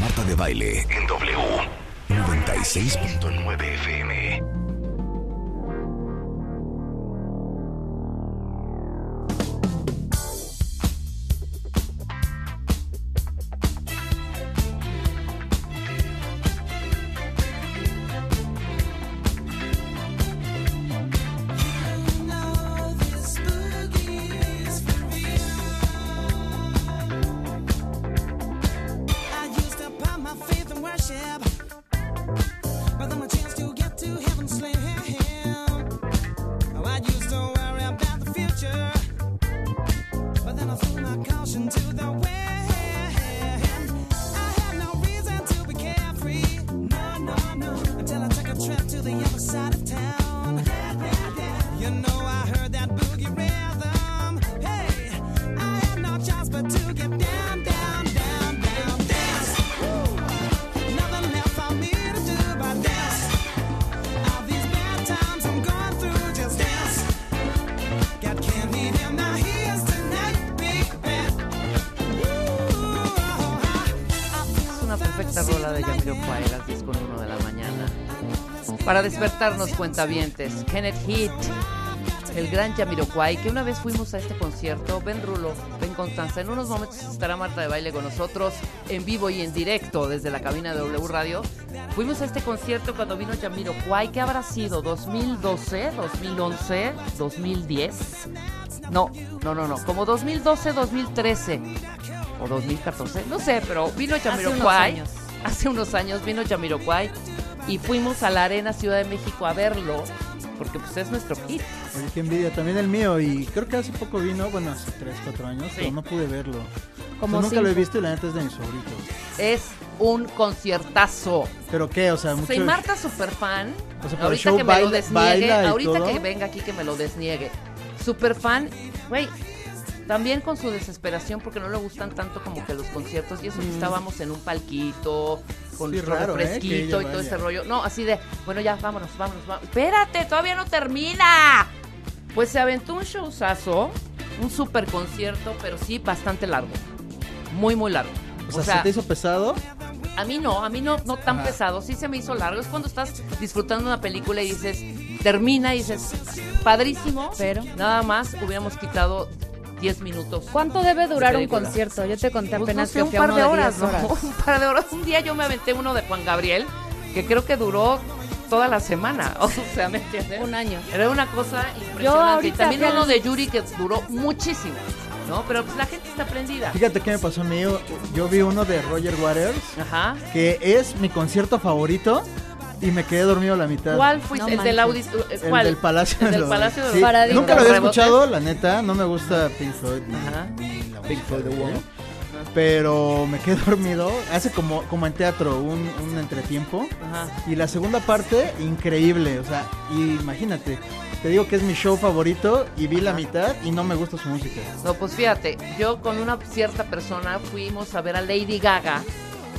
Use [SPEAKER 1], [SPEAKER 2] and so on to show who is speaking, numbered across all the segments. [SPEAKER 1] Marta de Baile en W 96.9 FM.
[SPEAKER 2] para despertarnos cuentavientes. Kenneth Heat, el gran Jamiroquai, que una vez fuimos a este concierto. Ben Rulo, Ben Constanza. En unos momentos estará Marta de Baile con nosotros en vivo y en directo desde la cabina de W Radio. Fuimos a este concierto cuando vino Jamiroquai. ¿Qué habrá sido? ¿2012? ¿2011? ¿2010? No, no, no, no. Como 2012, 2013 o 2014. No sé, pero vino Jamiroquai. Hace unos años, hace unos años vino Jamiroquai y fuimos a la Arena Ciudad de México a verlo, porque pues es nuestro hit.
[SPEAKER 3] Oye, qué envidia, también el mío, y creo que hace poco vino, bueno, hace 3, 4 años, sí. pero no pude verlo. Como o sea, nunca lo he visto y la neta es de mis favoritos.
[SPEAKER 2] Es un conciertazo.
[SPEAKER 3] ¿Pero qué? O sea, mucho...
[SPEAKER 2] Soy Marta super fan. O sea, ahorita que me baila, lo desniegue, ahorita que venga aquí que me lo desniegue. Super fan, güey, también con su desesperación porque no le gustan tanto como que los conciertos y eso
[SPEAKER 3] Mm.
[SPEAKER 2] que estábamos en un palquito con sí, nuestro refresquito eh, y todo ese rollo. No, así de, bueno, ya vámonos, vámonos, vámonos. Espérate, todavía no termina. Pues se aventó un showzazo, un super concierto, pero sí bastante largo. Muy muy largo.
[SPEAKER 3] O, o sea, sea, ¿se te hizo pesado?
[SPEAKER 2] A mí no, a mí no no tan Ajá. pesado, sí se me hizo largo. Es cuando estás disfrutando una película y dices, termina y dices, padrísimo, pero nada más hubiéramos quitado 10 minutos.
[SPEAKER 4] ¿Cuánto debe durar de un concierto? Yo te conté pues apenas no sé, que
[SPEAKER 2] un par de horas, de horas. ¿no? Un par de horas. Un día yo me aventé uno de Juan Gabriel, que creo que duró toda la semana. O sea, ¿me entiendes?
[SPEAKER 4] Un año.
[SPEAKER 2] Era una cosa impresionante. y también uno de Yuri que duró muchísimo. ¿no? Pero pues la gente está prendida.
[SPEAKER 3] Fíjate qué me pasó a mí. Yo vi uno de Roger Waters, Ajá. que es mi concierto favorito. Y me quedé dormido a la mitad.
[SPEAKER 2] ¿Cuál fuiste? No el manches. del eh, auditorio.
[SPEAKER 3] ¿Cuál? El del Palacio
[SPEAKER 2] el del Palacio de los,
[SPEAKER 3] sí. Paradis, Nunca lo había escuchado, la neta. No me gusta Pink Floyd. Ajá. Pink Floyd The Wall. Pero me quedé dormido. Hace como, como en teatro, un, un entretiempo. Ajá. Y la segunda parte, increíble. O sea, imagínate. Te digo que es mi show favorito y vi Ajá. la mitad y no me gusta su música.
[SPEAKER 2] No, pues fíjate, yo con una cierta persona fuimos a ver a Lady Gaga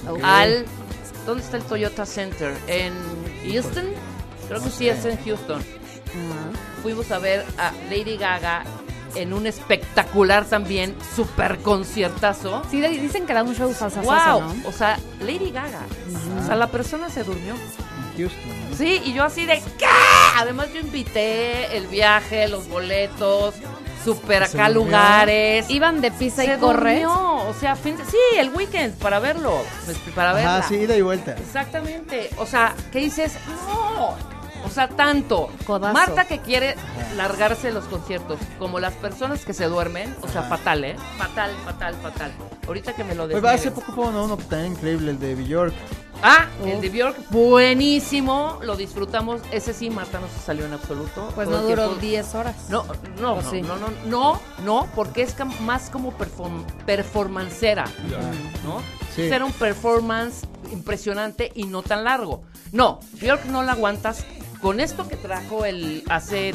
[SPEAKER 2] okay. al ¿Dónde está el Toyota Center? ¿En Houston? Creo que sí, es en Houston. Fuimos a ver a Lady Gaga en un espectacular también, super conciertazo.
[SPEAKER 4] Sí, dicen que da un show salsa.
[SPEAKER 2] ¡Wow!
[SPEAKER 4] ¿no?
[SPEAKER 2] O sea, Lady Gaga. Uh -huh. O sea, la persona se durmió.
[SPEAKER 3] En Houston.
[SPEAKER 2] ¿no? Sí, y yo así de ¿qué? Además, yo invité el viaje, los boletos super acá se lugares.
[SPEAKER 4] Durmió. Iban de pizza se y corre.
[SPEAKER 2] O sea, fin de, sí, el weekend para verlo, pues, para verla. Pues
[SPEAKER 3] Ah, sí, ida y vuelta.
[SPEAKER 2] Exactamente. O sea, ¿qué dices? No. O sea, tanto.
[SPEAKER 4] Codazo.
[SPEAKER 2] Marta que quiere largarse los conciertos, como las personas que se duermen, o sea, Ajá. fatal, ¿eh? Fatal, fatal, fatal. Ahorita que me lo
[SPEAKER 4] Pues
[SPEAKER 3] desmiren. Hace poco fue uno, uno también increíble, el de Bjork.
[SPEAKER 2] Ah, uh. el de Bjork, buenísimo, lo disfrutamos. Ese sí, Marta no se salió en absoluto.
[SPEAKER 4] Pues no duró 10 horas.
[SPEAKER 2] No, no, no, sí. no, no, no, no, porque es más como perform performancera, yeah. ¿no? Sí. Era un performance impresionante y no tan largo. No, Bjork no la aguantas con esto que trajo el hace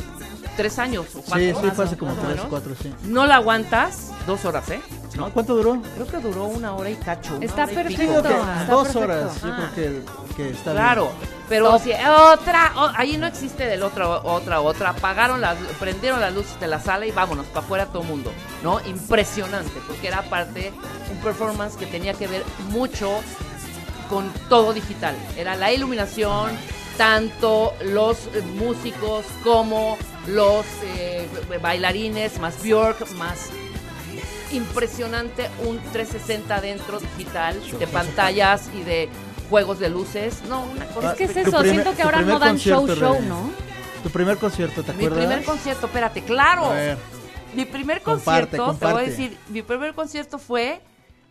[SPEAKER 2] tres años o cuatro.
[SPEAKER 3] Sí, sí, fue hace como ¿no? tres, cuatro, sí.
[SPEAKER 2] No la aguantas dos horas, ¿eh?
[SPEAKER 3] ¿No? ¿Cuánto duró?
[SPEAKER 2] Creo que duró una hora y cacho.
[SPEAKER 4] Está perfecto. Está
[SPEAKER 3] dos
[SPEAKER 4] perfecto.
[SPEAKER 3] horas, yo ah. creo que, que está
[SPEAKER 2] Claro,
[SPEAKER 3] bien.
[SPEAKER 2] pero si otra, oh, ahí no existe del otro, otra, otra. Apagaron las, prendieron las luces de la sala y vámonos, para afuera todo mundo, ¿no? Impresionante, porque era parte, un performance que tenía que ver mucho con todo digital. Era la iluminación, tanto los eh, músicos como los eh, b- bailarines, más Bjork, más impresionante un 360 dentro digital de pantallas y de juegos de luces. No, una cosa.
[SPEAKER 4] Es que es
[SPEAKER 3] Tu
[SPEAKER 4] eso,
[SPEAKER 3] primer-
[SPEAKER 4] siento que
[SPEAKER 3] tu
[SPEAKER 4] ahora
[SPEAKER 3] primer
[SPEAKER 4] no dan show
[SPEAKER 3] concierto,
[SPEAKER 4] show,
[SPEAKER 3] Rebe.
[SPEAKER 4] ¿no?
[SPEAKER 3] Tu primer concierto, ¿te
[SPEAKER 2] Mi
[SPEAKER 3] acuerdas?
[SPEAKER 2] primer concierto, espérate, claro.
[SPEAKER 3] A ver,
[SPEAKER 2] Mi primer
[SPEAKER 3] Comparte,
[SPEAKER 2] concierto, te voy a
[SPEAKER 3] comparte.
[SPEAKER 2] decir, mi primer concierto fue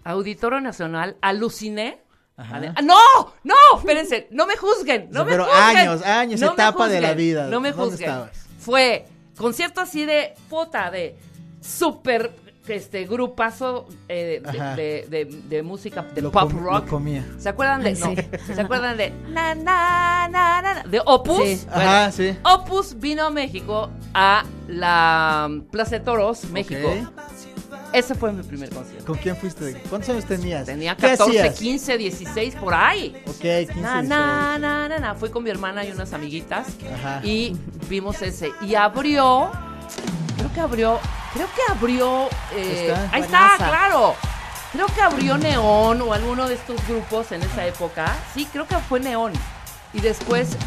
[SPEAKER 2] Auditorio Nacional, aluciné.
[SPEAKER 3] Ajá.
[SPEAKER 2] Ale- ¡Ah, ¡No! ¡No! Espérense, no me juzguen, no
[SPEAKER 3] O sea,
[SPEAKER 2] me
[SPEAKER 3] pero
[SPEAKER 2] juzguen.
[SPEAKER 3] años, años,
[SPEAKER 2] no me
[SPEAKER 3] etapa de la
[SPEAKER 2] juzguen,
[SPEAKER 3] vida.
[SPEAKER 2] No me
[SPEAKER 3] ¿Dónde
[SPEAKER 2] juzguen.
[SPEAKER 3] estabas?
[SPEAKER 2] Fue concierto así de puta, de súper este grupazo eh, de-
[SPEAKER 3] Ajá.
[SPEAKER 2] de, de- de música de
[SPEAKER 3] lo
[SPEAKER 2] pop
[SPEAKER 3] com- lo
[SPEAKER 2] rock.
[SPEAKER 3] comía.
[SPEAKER 2] ¿Se acuerdan de?
[SPEAKER 4] Sí.
[SPEAKER 2] No. ¿Se acuerdan de? Na, na, na, na, na, de Opus.
[SPEAKER 4] Sí.
[SPEAKER 2] Bueno,
[SPEAKER 3] Ajá, sí.
[SPEAKER 2] Opus vino a México a la mm, Plaza de Toros, México.
[SPEAKER 3] Ok.
[SPEAKER 2] Ese fue mi primer concierto.
[SPEAKER 3] ¿Con quién fuiste? ¿Cuántos años tenías?
[SPEAKER 2] Tenía
[SPEAKER 3] ¿Qué
[SPEAKER 2] 14,
[SPEAKER 3] hacías?
[SPEAKER 2] 15, 16, por ahí.
[SPEAKER 3] Ok, 15.
[SPEAKER 2] Na,
[SPEAKER 3] 16.
[SPEAKER 2] na, na, na, na. Fui con mi hermana y unas amiguitas
[SPEAKER 3] Ajá.
[SPEAKER 2] y vimos ese. Y abrió, creo que abrió, creo que abrió, eh,
[SPEAKER 3] Está.
[SPEAKER 2] ahí
[SPEAKER 4] Buenaza.
[SPEAKER 2] está, claro. Creo que abrió Neón o alguno de estos grupos en esa época. Sí, creo que fue Neón. Y después,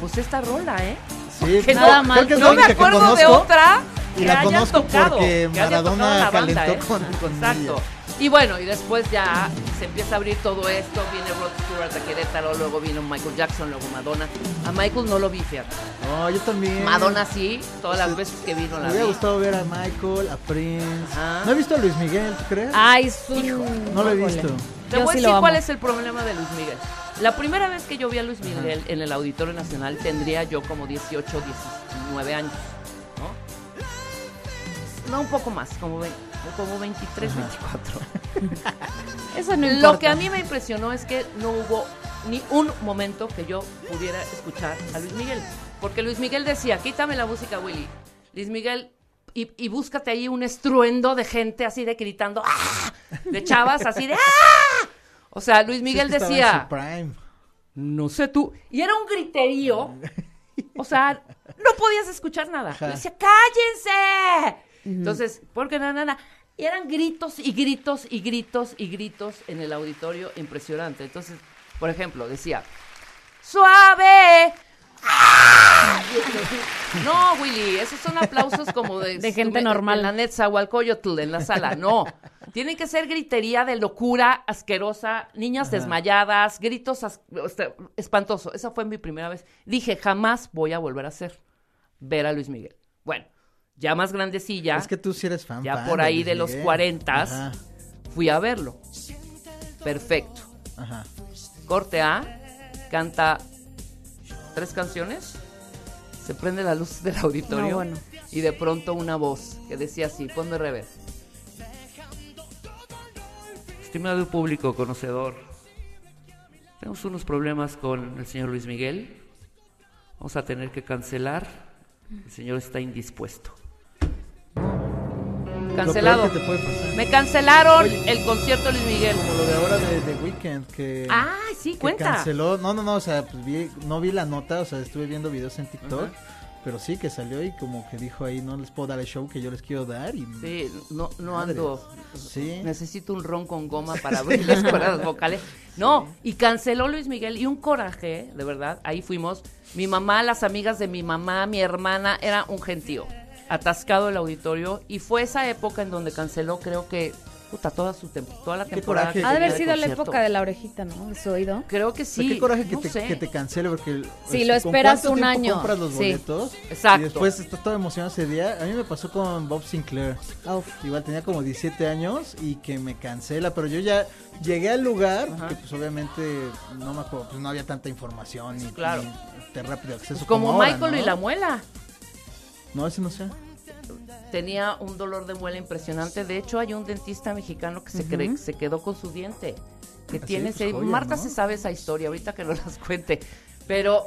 [SPEAKER 2] pues esta rola, ¿eh?
[SPEAKER 3] Sí,
[SPEAKER 2] Que
[SPEAKER 3] creo-
[SPEAKER 4] nada
[SPEAKER 3] creo
[SPEAKER 4] mal.
[SPEAKER 3] que es la
[SPEAKER 2] No me
[SPEAKER 3] única que
[SPEAKER 2] acuerdo de
[SPEAKER 3] conozco.
[SPEAKER 2] otra
[SPEAKER 3] Y
[SPEAKER 2] que
[SPEAKER 3] la
[SPEAKER 2] haya
[SPEAKER 3] conozco
[SPEAKER 2] tocado,
[SPEAKER 3] porque
[SPEAKER 2] que haya tocado
[SPEAKER 3] Maradona
[SPEAKER 2] la banda,
[SPEAKER 3] calentó
[SPEAKER 2] ¿eh?
[SPEAKER 3] con, con
[SPEAKER 2] Exacto.
[SPEAKER 3] ella.
[SPEAKER 2] Y bueno, y después ya se empieza a abrir todo esto, viene Rod Stewart a Querétaro, luego vino Michael Jackson, luego Madonna. A Michael no lo vi, fíjate.
[SPEAKER 3] No, yo también.
[SPEAKER 2] Madonna sí, todas las
[SPEAKER 3] Sí.
[SPEAKER 2] veces que vino
[SPEAKER 3] Me
[SPEAKER 2] la
[SPEAKER 3] hubiera
[SPEAKER 2] vi.
[SPEAKER 3] gustado ver a Michael, a Prince.
[SPEAKER 2] Ajá. Ah,
[SPEAKER 3] No he visto a Luis Miguel, ¿tú crees?
[SPEAKER 4] Ay, es un...
[SPEAKER 3] no lo he
[SPEAKER 4] Híjole.
[SPEAKER 3] visto.
[SPEAKER 2] Te
[SPEAKER 4] Yo
[SPEAKER 2] voy a
[SPEAKER 4] sí lo
[SPEAKER 2] decir
[SPEAKER 4] amo.
[SPEAKER 2] cuál es el problema de Luis Miguel. La primera vez que yo vi a Luis Miguel en el Auditorio Nacional tendría yo como 18, 19 años, ¿no? No, un poco más, como, ve- como 23, 24.
[SPEAKER 4] Eso no importa.
[SPEAKER 2] Lo que a mí me impresionó es que no hubo ni un momento que yo pudiera escuchar a Luis Miguel. Porque Luis Miguel decía, quítame la música, Willy. Luis Miguel, y, y búscate ahí un estruendo de gente así de gritando, ¡ah! De chavas así de, ¡ah! O sea, Luis Miguel
[SPEAKER 3] Sí, es que estaba en
[SPEAKER 2] decía,
[SPEAKER 3] su prime.
[SPEAKER 2] no sé tú. Y era un griterío. O sea, no podías escuchar nada.
[SPEAKER 3] Ajá.
[SPEAKER 2] Le decía, cállense. Entonces, porque na, na, na. Y eran gritos y gritos y gritos y gritos en el auditorio impresionante. Entonces, por ejemplo, decía, suave. ¡Ah! Y entonces, No, Willy, esos son aplausos como de...
[SPEAKER 4] De gente normal.
[SPEAKER 2] En la Netzahualcoyotl, en la sala, no. Tiene que ser gritería de locura asquerosa, niñas desmayadas, gritos as- o sea, espantoso. Esa fue mi primera vez. Dije, jamás voy a volver a hacer ver a Luis Miguel. Bueno, ya más grandecilla,
[SPEAKER 3] Es que tú sí eres fan.
[SPEAKER 2] Ya
[SPEAKER 3] fan
[SPEAKER 2] por ahí
[SPEAKER 3] Luis
[SPEAKER 2] de los
[SPEAKER 3] Miguel.
[SPEAKER 2] 40s.
[SPEAKER 3] Ajá,
[SPEAKER 2] fui a verlo. Perfecto.
[SPEAKER 3] ajá.
[SPEAKER 2] Corte A, canta tres canciones, se prende la luz del auditorio
[SPEAKER 4] No, bueno.
[SPEAKER 2] y de pronto una voz que decía así, ponme rever. Estimado público conocedor, tenemos unos problemas con el señor Luis Miguel. Vamos a tener que cancelar. El señor está indispuesto. Cancelado.
[SPEAKER 3] Lo peor que te puede pasar.
[SPEAKER 2] Me cancelaron el concierto de Luis Miguel.
[SPEAKER 3] Como lo de ahora de, de Weekend que.
[SPEAKER 2] Ah, sí,
[SPEAKER 3] que
[SPEAKER 2] cuenta.
[SPEAKER 3] canceló. No, no, no, o sea, pues vi- no vi la nota, o sea, estuve viendo videos en TikTok. Pero sí que salió y como que dijo ahí, no les puedo dar el show que yo les quiero dar. Y
[SPEAKER 2] Sí, no, no
[SPEAKER 3] Madre.
[SPEAKER 2] ando.
[SPEAKER 3] Sí.
[SPEAKER 2] Necesito un ron con goma para abrir las cuerdas vocales. No, y canceló Luis Miguel y un coraje, de verdad. Ahí fuimos. Mi mamá, las amigas de mi mamá, mi hermana, era un gentío. Atascado el auditorio. Y fue esa época en donde canceló, creo que, puta, toda, su tem- toda la
[SPEAKER 3] Qué
[SPEAKER 2] temporada.
[SPEAKER 3] coraje.
[SPEAKER 2] que
[SPEAKER 4] Ha de
[SPEAKER 2] tenía
[SPEAKER 4] haber sido la
[SPEAKER 2] concierto.
[SPEAKER 4] época de la orejita, ¿no? De su oído.
[SPEAKER 2] Creo que
[SPEAKER 3] O sea,
[SPEAKER 2] sí.
[SPEAKER 3] qué coraje que,
[SPEAKER 2] no
[SPEAKER 3] te,
[SPEAKER 2] sé.
[SPEAKER 3] que te cancele porque
[SPEAKER 4] Sí,
[SPEAKER 3] o sea,
[SPEAKER 4] lo
[SPEAKER 3] ¿con
[SPEAKER 4] esperas
[SPEAKER 3] cuánto
[SPEAKER 4] un
[SPEAKER 3] tiempo
[SPEAKER 4] año?
[SPEAKER 3] compras los
[SPEAKER 4] Sí.
[SPEAKER 3] boletos
[SPEAKER 2] Exacto.
[SPEAKER 3] y después estás todo emocionado ese día a mí me pasó con Bob Sinclair igual tenía como 17 años y que me cancela pero yo ya llegué al lugar que pues obviamente no me acuerdo pues no había tanta información ni,
[SPEAKER 2] Claro.
[SPEAKER 3] ni de rápido acceso
[SPEAKER 2] Pues como
[SPEAKER 3] ahora,
[SPEAKER 2] Michael
[SPEAKER 3] ¿no?
[SPEAKER 2] y la muela.
[SPEAKER 3] no ese no sé
[SPEAKER 2] tenía un dolor de muela impresionante. De hecho, hay un dentista mexicano que se, cre- que se quedó con su diente. Que
[SPEAKER 3] Ah,
[SPEAKER 2] tiene
[SPEAKER 3] sí, pues,
[SPEAKER 2] ese-
[SPEAKER 3] joya,
[SPEAKER 2] Marta
[SPEAKER 3] ¿no?
[SPEAKER 2] se sabe esa historia, ahorita que no las cuente. Pero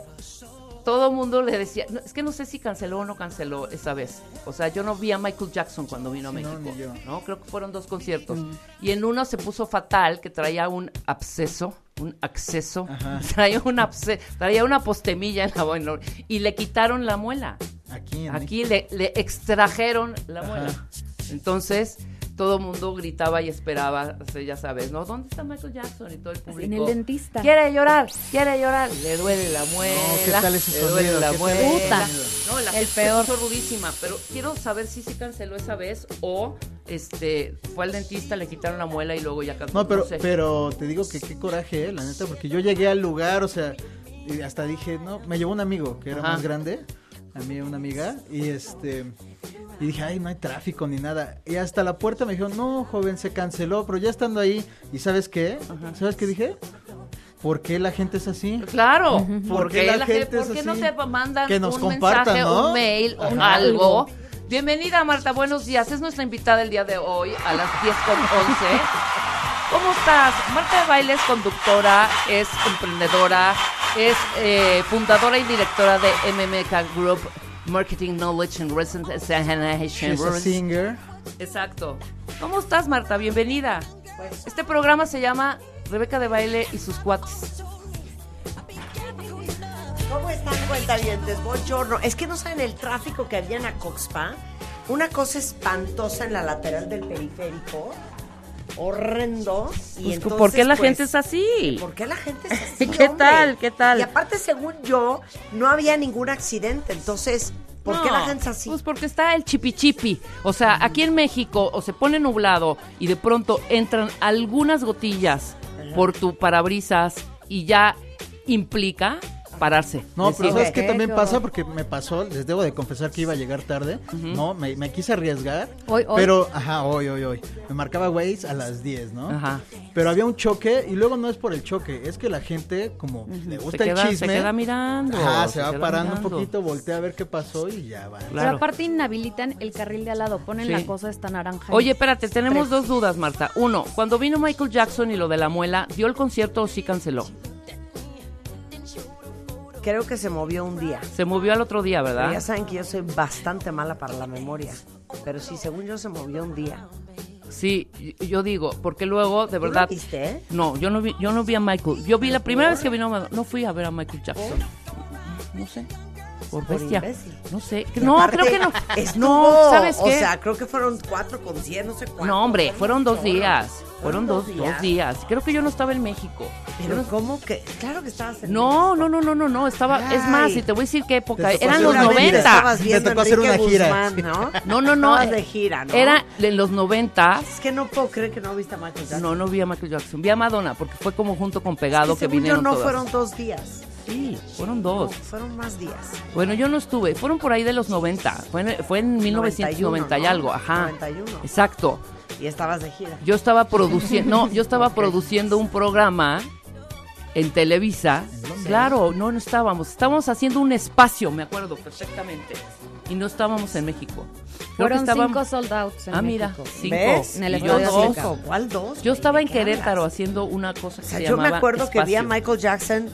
[SPEAKER 2] todo mundo le decía, no, es que no sé si canceló o no canceló esa vez. O sea, yo no vi a Michael Jackson cuando vino a
[SPEAKER 3] Sí, no,
[SPEAKER 2] México.
[SPEAKER 3] ni yo.
[SPEAKER 2] No, creo que fueron dos conciertos. Y en uno se puso fatal, que traía un absceso, un acceso,
[SPEAKER 3] Ajá.
[SPEAKER 2] traía un absceso, traía una postemilla en la boca y le quitaron la muela.
[SPEAKER 3] aquí en
[SPEAKER 2] Aquí le, le extrajeron la muela. Entonces, todo mundo gritaba y esperaba, o sea, ya sabes, ¿no? ¿Dónde está Michael Jackson? Y todo el público.
[SPEAKER 4] En el dentista.
[SPEAKER 2] Quiere llorar, quiere llorar. Le duele la muela.
[SPEAKER 3] No, ¿qué tal ese
[SPEAKER 2] le duele
[SPEAKER 3] sonido?
[SPEAKER 2] la
[SPEAKER 3] ¿Qué tal
[SPEAKER 2] muela.
[SPEAKER 3] ese
[SPEAKER 4] Puta.
[SPEAKER 3] sonido?
[SPEAKER 2] No, la
[SPEAKER 4] El
[SPEAKER 2] el
[SPEAKER 4] peor.
[SPEAKER 2] peor. rudísima, pero quiero saber si se canceló esa vez o este fue al dentista, le quitaron la muela y luego ya canceló.
[SPEAKER 3] No, pero,
[SPEAKER 2] sé.
[SPEAKER 3] pero te digo que qué coraje, eh, la neta, porque yo llegué al lugar, o sea, y hasta dije, no, me llevó un amigo que era
[SPEAKER 2] Ajá.
[SPEAKER 3] más grande, a mí una amiga, y este, y dije, ay, no hay tráfico ni nada. Y hasta la puerta me dijeron, no, joven, se canceló, pero ya estando ahí, ¿y sabes qué? ¿Sabes qué dije? ¿Por qué la gente es así?
[SPEAKER 2] Claro,
[SPEAKER 3] ¿Por
[SPEAKER 2] porque
[SPEAKER 3] qué la
[SPEAKER 2] la gente,
[SPEAKER 3] gente es
[SPEAKER 2] ¿por qué no
[SPEAKER 3] así?
[SPEAKER 2] te mandan
[SPEAKER 3] Que nos
[SPEAKER 2] un
[SPEAKER 3] compartan,
[SPEAKER 2] mensaje,
[SPEAKER 3] ¿no?
[SPEAKER 2] un mail o
[SPEAKER 3] Ajá.
[SPEAKER 2] algo? Bienvenida Marta, buenos días. Es nuestra invitada el día de hoy a las 10 con 11. ¿Cómo estás? Marta de Baile es conductora, es emprendedora, es eh, fundadora y directora de MMK Group Marketing Knowledge and Recent
[SPEAKER 3] She's a singer.
[SPEAKER 2] Exacto. ¿Cómo estás, Marta? Bienvenida.
[SPEAKER 3] Pues.
[SPEAKER 2] Este programa se llama Rebeca de Baile y sus cuates.
[SPEAKER 5] ¿Cómo están cuentavientes? Buongiorno. Es que no saben el tráfico que había en Acoxpa. Una cosa espantosa en la lateral del periférico. Horrendo. Y
[SPEAKER 2] Pues,
[SPEAKER 5] entonces,
[SPEAKER 2] ¿Por qué la
[SPEAKER 5] pues,
[SPEAKER 2] gente es así?
[SPEAKER 5] ¿Por qué la gente es así?
[SPEAKER 2] ¿Qué
[SPEAKER 5] hombre?
[SPEAKER 2] tal? ¿Qué tal?
[SPEAKER 5] Y aparte, según yo, no había ningún accidente. Entonces, ¿por qué
[SPEAKER 2] No,
[SPEAKER 5] la gente es así?
[SPEAKER 2] Pues porque está el chipichipi. O sea, aquí en México o se pone nublado y de pronto entran algunas gotillas por tu parabrisas y ya implica pararse.
[SPEAKER 3] No,
[SPEAKER 2] Es
[SPEAKER 3] pero
[SPEAKER 2] decir,
[SPEAKER 3] ¿sabes qué también
[SPEAKER 4] Perfecto.
[SPEAKER 3] pasa? Porque me pasó, les debo de confesar que iba a llegar tarde, ¿no? Me, me quise arriesgar,
[SPEAKER 4] Hoy, hoy.
[SPEAKER 3] pero, ajá, hoy, hoy, hoy. Me marcaba Waze a las 10, ¿no?
[SPEAKER 2] Ajá.
[SPEAKER 3] Pero había un choque, y luego no es por el choque, es que la gente, como le
[SPEAKER 2] se
[SPEAKER 3] gusta
[SPEAKER 2] queda,
[SPEAKER 3] el
[SPEAKER 2] se
[SPEAKER 3] chisme,
[SPEAKER 2] queda mirando.
[SPEAKER 3] ajá, se,
[SPEAKER 2] se
[SPEAKER 3] va
[SPEAKER 2] queda
[SPEAKER 3] parando
[SPEAKER 2] mirando.
[SPEAKER 3] un poquito, voltea a ver qué pasó y ya va.
[SPEAKER 2] Claro.
[SPEAKER 4] Pero aparte inhabilitan el carril de al lado, ponen
[SPEAKER 2] Sí.
[SPEAKER 4] la cosa esta naranja.
[SPEAKER 2] Oye,
[SPEAKER 4] pero
[SPEAKER 2] espérate, tenemos dos dudas, Marta. Uno, cuando vino Michael Jackson y lo de la muela, ¿dio el concierto o sí canceló?
[SPEAKER 5] Creo que se movió un día.
[SPEAKER 2] Se movió al otro día,
[SPEAKER 5] Pero ya
[SPEAKER 2] ¿verdad?
[SPEAKER 5] saben que yo soy bastante mala para la memoria. Pero sí, según yo, se movió un día.
[SPEAKER 2] Sí, y- yo digo, porque luego, de
[SPEAKER 5] ¿Tú lo
[SPEAKER 2] verdad...
[SPEAKER 5] viste, eh?
[SPEAKER 2] No, yo no vi, yo no vi a Michael. Yo vi la primera vez que vino, Madonna, no fui a ver a Michael Jackson. No sé. Por
[SPEAKER 5] Por
[SPEAKER 2] bestia.
[SPEAKER 5] imbécil.
[SPEAKER 2] No sé.
[SPEAKER 5] Y
[SPEAKER 2] No,
[SPEAKER 5] aparte,
[SPEAKER 2] creo que no.
[SPEAKER 5] estuvo,
[SPEAKER 2] No, ¿sabes
[SPEAKER 5] O
[SPEAKER 2] qué?
[SPEAKER 5] sea, creo que fueron cuatro conciertos, no sé cuántos.
[SPEAKER 2] No, hombre, fueron dos
[SPEAKER 5] Chorro.
[SPEAKER 2] días. Fueron dos, dos días. Creo que yo no estaba en México. Yo
[SPEAKER 5] Pero
[SPEAKER 2] no-
[SPEAKER 5] ¿cómo que? Claro que estabas en
[SPEAKER 2] No, no, no, no, no, no. Estaba, es más,
[SPEAKER 5] Ay.
[SPEAKER 2] y te voy a decir qué época.
[SPEAKER 3] Te tocó
[SPEAKER 2] Eran
[SPEAKER 3] hacer
[SPEAKER 2] los
[SPEAKER 3] una gira.
[SPEAKER 5] Seguramente
[SPEAKER 2] 90.
[SPEAKER 5] Estabas viendo
[SPEAKER 3] Te tocó
[SPEAKER 5] a
[SPEAKER 3] hacer
[SPEAKER 5] Enrique
[SPEAKER 3] una gira.
[SPEAKER 5] Guzmán, ¿no?
[SPEAKER 2] No, no, no.
[SPEAKER 5] Estabas de gira, ¿no?
[SPEAKER 2] Era en los 90.
[SPEAKER 5] Es que no puedo creer que no viste a Michael Jackson.
[SPEAKER 2] No, no vi a Michael Jackson. Vi a Madonna porque fue como junto con Pegado
[SPEAKER 5] Es que
[SPEAKER 2] que
[SPEAKER 5] según yo
[SPEAKER 2] vinieron
[SPEAKER 5] no
[SPEAKER 2] todas.
[SPEAKER 5] fueron dos días.
[SPEAKER 2] Sí, fueron
[SPEAKER 5] No,
[SPEAKER 2] dos.
[SPEAKER 5] fueron más días.
[SPEAKER 2] Bueno, yo no estuve, fueron por ahí de los 90, fue en, fue en 1990 y
[SPEAKER 5] 91,
[SPEAKER 2] algo,
[SPEAKER 5] ¿no?
[SPEAKER 2] ajá.
[SPEAKER 5] 91.
[SPEAKER 2] Exacto.
[SPEAKER 5] Y estabas de gira.
[SPEAKER 2] Yo estaba produciendo, no, yo estaba produciendo un programa en Televisa. Claro, no, no estábamos, estábamos haciendo un espacio, me acuerdo perfectamente. Y no estábamos en México. Creo
[SPEAKER 4] fueron
[SPEAKER 2] que estábamos-
[SPEAKER 4] cinco sold outs. En
[SPEAKER 2] Ah, mira,
[SPEAKER 4] México.
[SPEAKER 2] cinco.
[SPEAKER 5] ¿Ves?
[SPEAKER 4] En el
[SPEAKER 2] Y yo
[SPEAKER 4] Estadio
[SPEAKER 2] dos.
[SPEAKER 4] Azteca.
[SPEAKER 5] ¿Cuál dos?
[SPEAKER 2] Yo
[SPEAKER 5] güey?
[SPEAKER 2] estaba
[SPEAKER 5] ¿De
[SPEAKER 2] en
[SPEAKER 5] qué hablas?
[SPEAKER 2] Querétaro haciendo una cosa
[SPEAKER 5] O
[SPEAKER 2] que
[SPEAKER 5] sea,
[SPEAKER 2] se
[SPEAKER 5] yo me
[SPEAKER 2] llamaba
[SPEAKER 5] acuerdo que vi a
[SPEAKER 2] Espacio.
[SPEAKER 5] Michael Jackson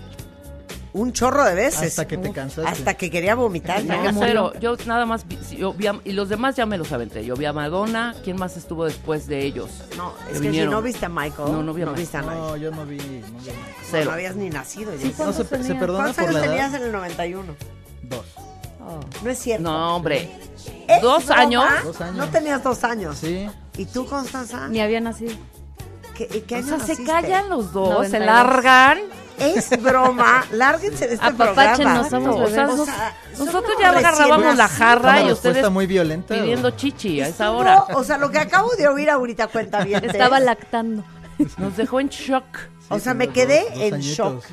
[SPEAKER 5] un chorro de veces.
[SPEAKER 3] Hasta que te cansaste.
[SPEAKER 5] Hasta que quería vomitar.
[SPEAKER 2] Hasta
[SPEAKER 5] ¿no?
[SPEAKER 2] que cero. Yo nada más vi, sí, yo vi a- y los demás ya me los aventé. Yo vi a Madonna, ¿quién más estuvo después de ellos?
[SPEAKER 5] No,
[SPEAKER 2] Que
[SPEAKER 5] es que si
[SPEAKER 2] vinieron.
[SPEAKER 5] no viste a Michael,
[SPEAKER 2] No, no vi a Michael.
[SPEAKER 5] viste a nadie.
[SPEAKER 3] No, yo no vi. No, vi.
[SPEAKER 5] No,
[SPEAKER 2] Cero.
[SPEAKER 5] no habías ni nacido. yo creo.
[SPEAKER 3] No se, se perdona
[SPEAKER 5] ¿Cuántos
[SPEAKER 3] por
[SPEAKER 5] años
[SPEAKER 3] la
[SPEAKER 5] tenías
[SPEAKER 3] edad.
[SPEAKER 5] en el 91?
[SPEAKER 3] Dos.
[SPEAKER 4] Oh.
[SPEAKER 5] No es cierto.
[SPEAKER 2] No, hombre.
[SPEAKER 5] ¿Es
[SPEAKER 2] Dos
[SPEAKER 5] broma?
[SPEAKER 2] años.
[SPEAKER 3] Dos años.
[SPEAKER 5] No tenías dos años.
[SPEAKER 3] Sí.
[SPEAKER 5] ¿Y tú, Constanza?
[SPEAKER 4] Ni había nacido.
[SPEAKER 5] ¿Qué, qué
[SPEAKER 2] O
[SPEAKER 5] año
[SPEAKER 2] sea, Pues se
[SPEAKER 5] naciste?
[SPEAKER 2] callan los dos, se
[SPEAKER 4] 92.
[SPEAKER 2] largan.
[SPEAKER 5] Es broma. Lárguense de este programa.
[SPEAKER 4] Apapáchenos, somos
[SPEAKER 2] O sea,
[SPEAKER 4] bebés.
[SPEAKER 2] nos-
[SPEAKER 5] O sea, son
[SPEAKER 2] nosotros
[SPEAKER 5] una
[SPEAKER 2] ya
[SPEAKER 5] recién
[SPEAKER 2] agarrábamos la
[SPEAKER 5] nacida.
[SPEAKER 2] jarra
[SPEAKER 3] Una
[SPEAKER 2] y
[SPEAKER 3] respuesta
[SPEAKER 2] ustedes
[SPEAKER 3] muy violenta.
[SPEAKER 2] pidiendo chichi a esa
[SPEAKER 5] Estuvo-
[SPEAKER 2] hora.
[SPEAKER 5] O sea, lo que acabo de oír ahorita cuenta bien.
[SPEAKER 4] Estaba lactando.
[SPEAKER 2] Nos dejó en shock.
[SPEAKER 5] O sea, me
[SPEAKER 3] dos-
[SPEAKER 5] quedé
[SPEAKER 3] dos
[SPEAKER 5] en
[SPEAKER 3] añitos.
[SPEAKER 5] shock.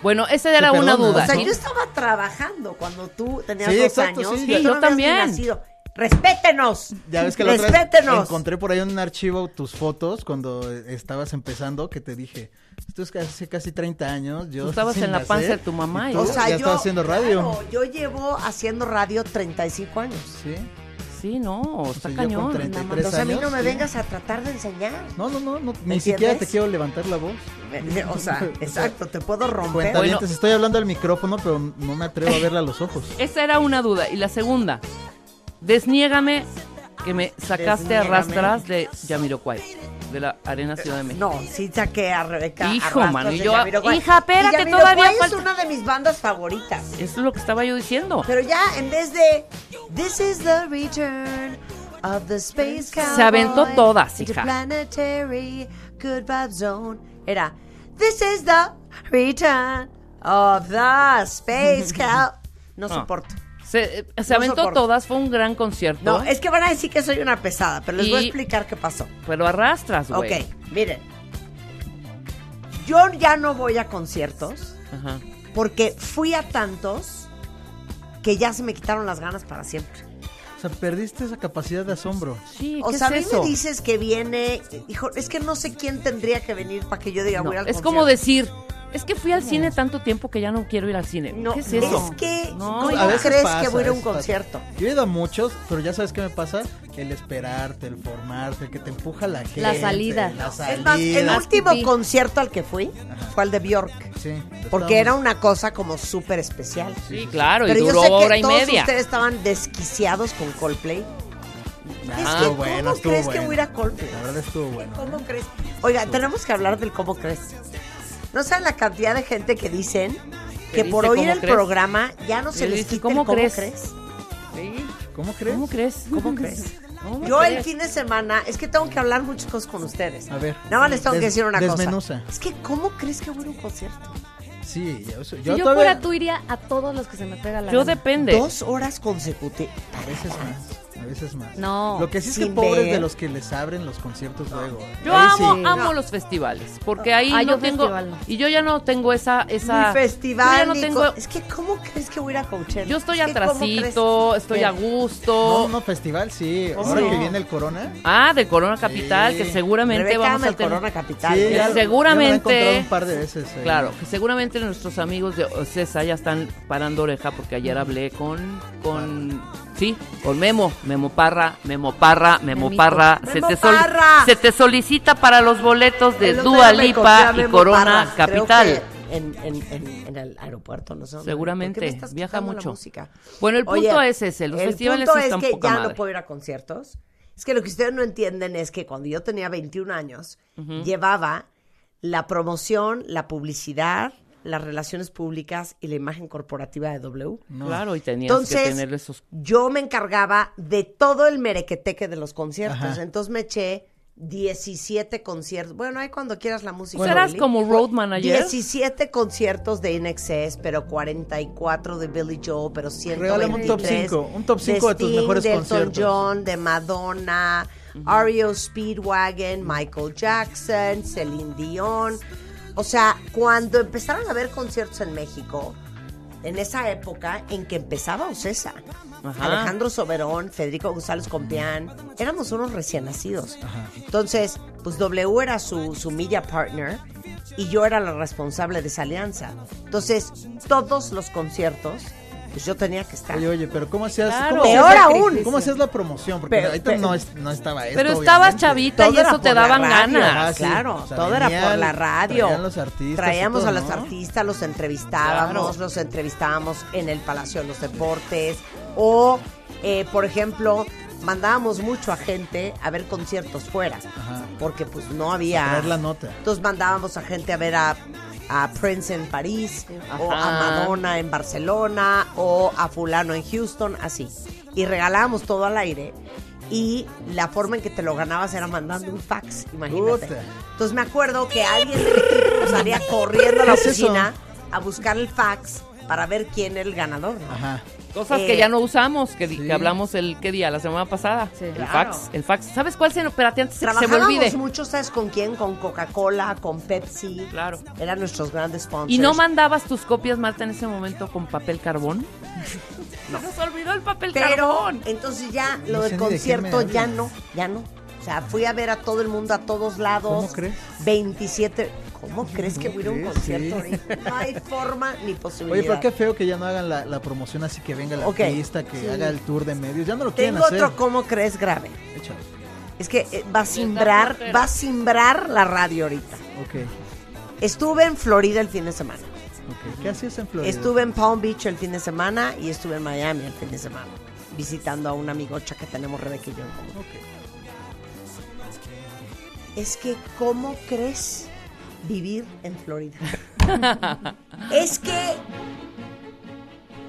[SPEAKER 2] Bueno, esa era
[SPEAKER 3] Se
[SPEAKER 2] una
[SPEAKER 3] perdona,
[SPEAKER 2] duda.
[SPEAKER 5] O sea,
[SPEAKER 2] ¿no?
[SPEAKER 5] yo estaba trabajando cuando tú tenías
[SPEAKER 3] Sí,
[SPEAKER 5] dos
[SPEAKER 3] exacto,
[SPEAKER 5] años.
[SPEAKER 3] sí,
[SPEAKER 5] y
[SPEAKER 3] ya-
[SPEAKER 5] tú
[SPEAKER 2] yo
[SPEAKER 5] no habías ni
[SPEAKER 2] también.
[SPEAKER 5] nacido. ¡Respétenos!
[SPEAKER 3] Ya ves que la otra vez
[SPEAKER 5] ¡Respétenos!
[SPEAKER 3] encontré por ahí en un archivo tus fotos cuando estabas empezando que te dije, esto es casi, casi 30 años, yo
[SPEAKER 2] Tú estabas
[SPEAKER 3] sin
[SPEAKER 2] en la
[SPEAKER 3] nacer,
[SPEAKER 2] panza de tu mamá, y
[SPEAKER 3] y todo,
[SPEAKER 5] ¿eh? O sea,
[SPEAKER 3] ya
[SPEAKER 5] yo,
[SPEAKER 3] estaba haciendo radio.
[SPEAKER 5] claro, yo llevo haciendo radio 35 años.
[SPEAKER 3] Sí.
[SPEAKER 2] Sí, no,
[SPEAKER 3] O
[SPEAKER 2] está
[SPEAKER 3] sea, yo con
[SPEAKER 2] cañón.
[SPEAKER 3] 33
[SPEAKER 5] Entonces a mí no
[SPEAKER 3] años,
[SPEAKER 5] me
[SPEAKER 3] sí.
[SPEAKER 5] vengas a tratar de enseñar.
[SPEAKER 3] No, no, no, no, ni
[SPEAKER 5] ¿Entiendes?
[SPEAKER 3] siquiera te quiero levantar la voz.
[SPEAKER 5] O sea, exacto, te puedo romper.
[SPEAKER 3] Cuenta estoy hablando al micrófono, pero no me atrevo a verle a los ojos.
[SPEAKER 2] Esa era una duda. Y la segunda, desniégame que me sacaste a
[SPEAKER 5] Desniégame. Eh,
[SPEAKER 2] rastras de Yamiroquai, de la Arena Ciudad de México.
[SPEAKER 5] No, sí saqué a Rebeca.
[SPEAKER 2] Hijo,
[SPEAKER 5] Arrastras
[SPEAKER 2] mano, y
[SPEAKER 5] de
[SPEAKER 2] yo-
[SPEAKER 5] Jamiroquai.
[SPEAKER 2] hija, espérate,
[SPEAKER 5] Y Jamiroquai
[SPEAKER 2] todavía
[SPEAKER 5] es
[SPEAKER 2] falta-
[SPEAKER 5] una de mis bandas favoritas.
[SPEAKER 2] Eso es lo que estaba yo diciendo.
[SPEAKER 5] Pero ya en vez de This is the return of the space
[SPEAKER 2] Se aventó
[SPEAKER 5] cowboy
[SPEAKER 2] todas,
[SPEAKER 5] into
[SPEAKER 2] hija.
[SPEAKER 5] planetary good vibe zone. Era, this is the return of the space cow.
[SPEAKER 2] No.
[SPEAKER 5] No, soporto.
[SPEAKER 2] Se, eh, se
[SPEAKER 5] No
[SPEAKER 2] aventó
[SPEAKER 5] soporto.
[SPEAKER 2] todas, fue un gran concierto.
[SPEAKER 5] No, es que van a decir que soy una pesada, pero les voy a
[SPEAKER 2] Y-
[SPEAKER 5] explicar qué pasó.
[SPEAKER 2] Pero arrastras, güey.
[SPEAKER 5] Ok, miren. Yo ya no voy a conciertos
[SPEAKER 2] Ajá.
[SPEAKER 5] porque fui a tantos que ya se me quitaron las ganas para siempre.
[SPEAKER 3] O sea, perdiste esa capacidad de asombro.
[SPEAKER 2] Sí,
[SPEAKER 5] O
[SPEAKER 2] ¿qué
[SPEAKER 5] sea, a
[SPEAKER 2] es
[SPEAKER 5] mí
[SPEAKER 2] eso?
[SPEAKER 5] me dices que viene, hijo, es que no sé quién tendría que venir para que yo diga,
[SPEAKER 2] No,
[SPEAKER 5] voy al
[SPEAKER 2] es como
[SPEAKER 5] concierto.
[SPEAKER 2] decir, es que fui al cine tanto tiempo que ya no quiero ir al cine.
[SPEAKER 5] No,
[SPEAKER 2] ¿Qué es eso?
[SPEAKER 5] es que,
[SPEAKER 2] No,
[SPEAKER 5] ¿cómo
[SPEAKER 2] hija.
[SPEAKER 5] crees que voy a ir a
[SPEAKER 3] eso
[SPEAKER 5] un
[SPEAKER 3] pasa.
[SPEAKER 5] concierto?
[SPEAKER 3] Yo he ido a muchos, pero ya sabes qué me pasa. El esperarte, el formarte, el que te empuja la gente.
[SPEAKER 4] salida.
[SPEAKER 3] la
[SPEAKER 5] Es más, el
[SPEAKER 3] salida.
[SPEAKER 5] último
[SPEAKER 4] pipí.
[SPEAKER 5] concierto al que fui fue al de Bjork.
[SPEAKER 3] Sí,
[SPEAKER 5] Porque era
[SPEAKER 3] estábamos-
[SPEAKER 5] una cosa como súper especial.
[SPEAKER 2] Sí, claro,
[SPEAKER 5] Pero
[SPEAKER 2] y
[SPEAKER 5] yo
[SPEAKER 2] duró
[SPEAKER 5] sé que
[SPEAKER 2] hora y
[SPEAKER 5] todos
[SPEAKER 2] media.
[SPEAKER 5] ustedes estaban desquiciados con Coldplay.
[SPEAKER 2] Ah,
[SPEAKER 5] es que,
[SPEAKER 3] estuvo
[SPEAKER 5] ¿cómo
[SPEAKER 3] Ah, bueno, estuvo
[SPEAKER 5] crees que
[SPEAKER 3] bueno.
[SPEAKER 5] voy a ir a Coldplay?
[SPEAKER 3] La verdad estuvo bueno.
[SPEAKER 5] ¿Cómo crees? Oiga, tenemos que hablar del cómo crees. No saben la cantidad de gente que dicen que
[SPEAKER 2] Que
[SPEAKER 5] por
[SPEAKER 2] dice
[SPEAKER 5] oír
[SPEAKER 2] cómo
[SPEAKER 5] el
[SPEAKER 2] crees.
[SPEAKER 5] programa ya no se
[SPEAKER 2] Y
[SPEAKER 5] les
[SPEAKER 2] dice,
[SPEAKER 5] quita el
[SPEAKER 2] ¿cómo
[SPEAKER 5] cómo,
[SPEAKER 2] crees?
[SPEAKER 5] crees.
[SPEAKER 2] Sí.
[SPEAKER 3] ¿Cómo crees?
[SPEAKER 2] ¿Cómo crees?
[SPEAKER 5] ¿Cómo crees?
[SPEAKER 2] ¿Cómo
[SPEAKER 5] Yo el
[SPEAKER 2] crees?
[SPEAKER 5] fin de semana, es que tengo que hablar muchas cosas con ustedes.
[SPEAKER 3] A ver.
[SPEAKER 5] Nada más les tengo que
[SPEAKER 3] Des-
[SPEAKER 5] decir una
[SPEAKER 3] desmenuza.
[SPEAKER 5] cosa. Es que, ¿cómo crees que voy a ir a un concierto?
[SPEAKER 3] Sí, yo, yo,
[SPEAKER 4] Si yo
[SPEAKER 3] todavía-
[SPEAKER 4] fuera tú, iría a todos los que se me pega la
[SPEAKER 2] Yo
[SPEAKER 4] gana.
[SPEAKER 2] depende.
[SPEAKER 5] Dos horas consecutivas.
[SPEAKER 3] A veces más. A veces más.
[SPEAKER 4] No,
[SPEAKER 3] Lo que sí es que
[SPEAKER 5] sin
[SPEAKER 3] pobres
[SPEAKER 5] ver.
[SPEAKER 3] de los que les abren los conciertos luego. ¿eh?
[SPEAKER 2] Yo
[SPEAKER 3] Ahí
[SPEAKER 2] amo,
[SPEAKER 3] sí.
[SPEAKER 2] amo los festivales, porque ahí
[SPEAKER 4] Ah,
[SPEAKER 2] no
[SPEAKER 4] yo
[SPEAKER 2] tengo
[SPEAKER 4] festival no.
[SPEAKER 2] y yo ya no tengo esa esa
[SPEAKER 5] Ni festival,
[SPEAKER 2] yo ya no
[SPEAKER 5] ni
[SPEAKER 2] tengo-
[SPEAKER 5] co- Es que, ¿cómo crees que voy a ir a Coachella?
[SPEAKER 2] yo estoy
[SPEAKER 5] Es que, ¿cómo
[SPEAKER 2] atrasito,
[SPEAKER 5] crees?
[SPEAKER 2] estoy
[SPEAKER 5] Mira,
[SPEAKER 2] a gusto.
[SPEAKER 3] No, no, festival, sí.
[SPEAKER 5] ¿Cómo
[SPEAKER 3] Ahora
[SPEAKER 5] no?
[SPEAKER 3] que viene el corona.
[SPEAKER 2] Ah, de Corona Capital,
[SPEAKER 3] Sí.
[SPEAKER 2] que seguramente
[SPEAKER 5] Rebeca
[SPEAKER 2] vamos
[SPEAKER 5] ama
[SPEAKER 2] a
[SPEAKER 5] el
[SPEAKER 2] tener
[SPEAKER 5] Corona Capital.
[SPEAKER 3] Sí,
[SPEAKER 5] ¿eh?
[SPEAKER 3] ya- ya me la he
[SPEAKER 2] seguramente-
[SPEAKER 3] encontrado un par de veces. eh.
[SPEAKER 2] Claro, que seguramente nuestros amigos de Ocesa ya están parando oreja porque ayer hablé con con sí, con Memo, Memo Parra, Memo Parra, Memo
[SPEAKER 4] Memito.
[SPEAKER 2] Parra,
[SPEAKER 5] Memo
[SPEAKER 2] se te sol-
[SPEAKER 5] Parra.
[SPEAKER 2] se te solicita para los boletos de
[SPEAKER 5] El otro
[SPEAKER 2] Dua
[SPEAKER 5] día me encontré a
[SPEAKER 2] Lipa y
[SPEAKER 5] Memo
[SPEAKER 2] Corona
[SPEAKER 5] Parra. Creo
[SPEAKER 2] Capital.
[SPEAKER 5] que En, en- en- en el aeropuerto, no sé. dónde.
[SPEAKER 2] Seguramente,
[SPEAKER 5] ¿Por qué me estás
[SPEAKER 2] viaja
[SPEAKER 5] quitando la
[SPEAKER 2] mucho.
[SPEAKER 5] música?
[SPEAKER 2] Bueno, el punto
[SPEAKER 5] Oye,
[SPEAKER 2] es ese, los
[SPEAKER 5] el
[SPEAKER 2] festivales
[SPEAKER 5] punto
[SPEAKER 2] sí están
[SPEAKER 5] es que
[SPEAKER 2] poca
[SPEAKER 5] ya
[SPEAKER 2] madre.
[SPEAKER 5] no puedo ir a conciertos. Es que lo que ustedes no entienden es que cuando yo tenía 21 años, llevaba la promoción, la publicidad, las relaciones públicas y la imagen corporativa de W.
[SPEAKER 2] Claro, y tenías que
[SPEAKER 5] Entonces,
[SPEAKER 2] tener esos
[SPEAKER 5] yo me encargaba de todo el merequeteque de los conciertos.
[SPEAKER 3] Ajá.
[SPEAKER 5] Entonces me eché 17 conciertos. Bueno, ahí cuando quieras la música.
[SPEAKER 2] Serás
[SPEAKER 5] Lili.
[SPEAKER 2] como road manager.
[SPEAKER 5] 17 conciertos de INXS, pero 44 de Billy Joe, pero 123.
[SPEAKER 3] Regálame un top cinco, un top cinco de tus
[SPEAKER 5] Sting,
[SPEAKER 3] mejores
[SPEAKER 5] de
[SPEAKER 3] conciertos.
[SPEAKER 5] Elton John, de Madonna, Ario Speedwagon, Michael Jackson, Celine Dion. O sea, cuando empezaron a haber conciertos en México, en esa época en que empezaba Ocesa,
[SPEAKER 2] Ajá.
[SPEAKER 5] Alejandro Soberón, Federico González Compián, éramos unos recién nacidos. Entonces, pues W era su, su media partner y yo era la responsable de esa alianza. Entonces, todos los conciertos, pues yo tenía que estar.
[SPEAKER 3] Oye, oye, pero ¿cómo hacías?
[SPEAKER 2] Claro.
[SPEAKER 3] ¿cómo hacías
[SPEAKER 5] Peor
[SPEAKER 3] la-
[SPEAKER 5] aún.
[SPEAKER 3] ¿Cómo hacías la promoción? Porque
[SPEAKER 5] Pero-
[SPEAKER 3] ahorita
[SPEAKER 5] pero-
[SPEAKER 3] no, es- no estaba esto.
[SPEAKER 2] Pero estabas
[SPEAKER 3] obviamente.
[SPEAKER 2] chavita y
[SPEAKER 5] Todo era
[SPEAKER 2] eso te
[SPEAKER 5] por la
[SPEAKER 2] daban
[SPEAKER 5] radio,
[SPEAKER 2] ganas.
[SPEAKER 3] Ah, sí.
[SPEAKER 5] Claro,
[SPEAKER 3] O sea,
[SPEAKER 5] todo era por
[SPEAKER 3] venían,
[SPEAKER 5] la radio.
[SPEAKER 3] traían los artistas y
[SPEAKER 5] Traíamos
[SPEAKER 3] todo,
[SPEAKER 5] a los
[SPEAKER 3] ¿no?
[SPEAKER 5] artistas, los entrevistábamos, los entrevistábamos en el Palacio de los Deportes. O, eh, por ejemplo, mandábamos mucho a gente a ver conciertos fuera.
[SPEAKER 3] Ajá.
[SPEAKER 5] Porque pues no había.
[SPEAKER 3] Traer la nota.
[SPEAKER 5] Entonces mandábamos a gente a ver a, a Prince en París, o a
[SPEAKER 2] Ajá.
[SPEAKER 5] Madonna en Barcelona, o a fulano en Houston, así. Y regalábamos todo al aire. Y la forma en que te lo ganabas era mandando un fax, imagínate.
[SPEAKER 3] Puta.
[SPEAKER 5] Entonces me acuerdo que alguien del equipo salía corriendo a la
[SPEAKER 3] ¿Qué es eso?
[SPEAKER 5] oficina a buscar el fax para ver quién era el ganador. ¿no?
[SPEAKER 3] Ajá.
[SPEAKER 2] Cosas
[SPEAKER 5] Eh,
[SPEAKER 2] que ya no usamos, que, di-
[SPEAKER 3] sí.
[SPEAKER 2] que hablamos el qué día, la semana pasada.
[SPEAKER 4] Sí.
[SPEAKER 2] el
[SPEAKER 5] Claro.
[SPEAKER 2] fax, el fax. ¿Sabes cuál se Espérate, antes de que se me olvide.
[SPEAKER 5] Trabajábamos mucho, ¿sabes con quién? Con Coca-Cola, con Pepsi.
[SPEAKER 2] Claro.
[SPEAKER 5] Eran nuestros grandes sponsors.
[SPEAKER 2] ¿Y no mandabas tus copias, Marta, en ese momento con papel carbón? no. Nos olvidó el papel
[SPEAKER 5] Pero
[SPEAKER 2] carbón.
[SPEAKER 5] entonces ya
[SPEAKER 3] No
[SPEAKER 5] lo
[SPEAKER 3] sé ni de
[SPEAKER 5] del
[SPEAKER 3] qué me
[SPEAKER 5] concierto ya
[SPEAKER 3] hablas.
[SPEAKER 5] no, ya no. O sea, fui a ver a todo el mundo a todos lados.
[SPEAKER 3] ¿Cómo crees?
[SPEAKER 5] 27. ¿Cómo crees que voy a ir a un
[SPEAKER 3] crees?
[SPEAKER 5] concierto
[SPEAKER 3] Sí.
[SPEAKER 5] ahorita? No hay forma ni posibilidad.
[SPEAKER 3] Oye, pero qué feo que ya no hagan la, la promoción así que venga la
[SPEAKER 5] Ok.
[SPEAKER 3] artista, que haga el tour de medios. Ya no lo quieren
[SPEAKER 5] Tengo
[SPEAKER 3] hacer.
[SPEAKER 5] otro cómo crees grave.
[SPEAKER 3] Échalo.
[SPEAKER 5] Es que eh, va a simbrar, va a simbrar la radio ahorita.
[SPEAKER 3] Ok,
[SPEAKER 5] Estuve en Florida el fin de semana.
[SPEAKER 3] ok. ¿Qué hacías en Florida?
[SPEAKER 5] Estuve en Palm Beach el fin de semana y estuve en Miami el fin de semana visitando a una amigocha que tenemos Rebeca y yo en común.
[SPEAKER 3] Ok.
[SPEAKER 5] es que ¿cómo crees vivir en Florida? es que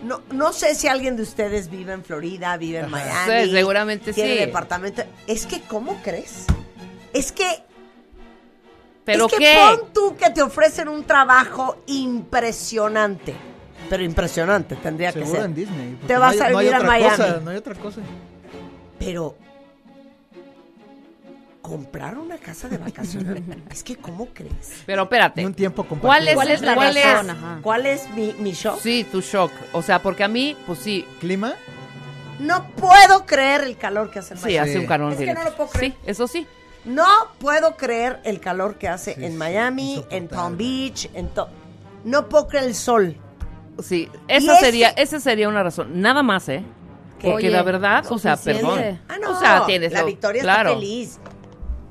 [SPEAKER 5] No, no sé si alguien de ustedes vive en Florida, vive en Miami.
[SPEAKER 2] Sí, seguramente
[SPEAKER 5] tiene
[SPEAKER 2] sí.
[SPEAKER 5] departamento. Es que, ¿cómo crees? Es que
[SPEAKER 2] ¿Pero
[SPEAKER 5] es que
[SPEAKER 2] qué?
[SPEAKER 5] pon tú que te ofrecen un trabajo impresionante. Pero impresionante tendría que
[SPEAKER 3] Seguro
[SPEAKER 5] ser.
[SPEAKER 3] en Disney. porque
[SPEAKER 5] Te vas
[SPEAKER 3] hay-
[SPEAKER 5] a
[SPEAKER 3] hay
[SPEAKER 5] vivir a
[SPEAKER 3] otra
[SPEAKER 5] Miami.
[SPEAKER 3] cosa, no hay otra cosa.
[SPEAKER 5] Pero comprar una casa de vacaciones, es que ¿cómo crees?
[SPEAKER 2] Pero espérate.
[SPEAKER 3] Ni un tiempo
[SPEAKER 2] ¿Cuál
[SPEAKER 3] compartido.
[SPEAKER 2] es,
[SPEAKER 4] ¿Cuál es la
[SPEAKER 2] cuál es-
[SPEAKER 4] razón? Ajá.
[SPEAKER 5] ¿Cuál es mi, mi shock?
[SPEAKER 2] Sí, tu shock. O sea, porque a mí, pues sí,
[SPEAKER 3] ¿Clima?
[SPEAKER 5] No puedo creer el calor que hace en
[SPEAKER 2] Pues sí,
[SPEAKER 5] Miami.
[SPEAKER 2] hace un calor.
[SPEAKER 5] Es que no lo puedo creer.
[SPEAKER 2] Sí, eso sí.
[SPEAKER 5] No puedo creer el calor que hace
[SPEAKER 3] Sí,
[SPEAKER 5] en
[SPEAKER 3] sí,
[SPEAKER 5] Miami, en
[SPEAKER 3] insoportable.
[SPEAKER 5] Palm Beach, en todo. No puedo creer el sol.
[SPEAKER 2] Sí,
[SPEAKER 5] Y
[SPEAKER 2] esa
[SPEAKER 5] ese-
[SPEAKER 2] sería, esa sería una razón. Nada más, ¿eh?
[SPEAKER 5] ¿Qué?
[SPEAKER 2] Porque la verdad, o sea,
[SPEAKER 4] suficiente.
[SPEAKER 2] perdón.
[SPEAKER 5] Ah, no.
[SPEAKER 2] O sea, tienes
[SPEAKER 5] la
[SPEAKER 2] lo-
[SPEAKER 5] Victoria
[SPEAKER 2] claro.
[SPEAKER 5] está feliz.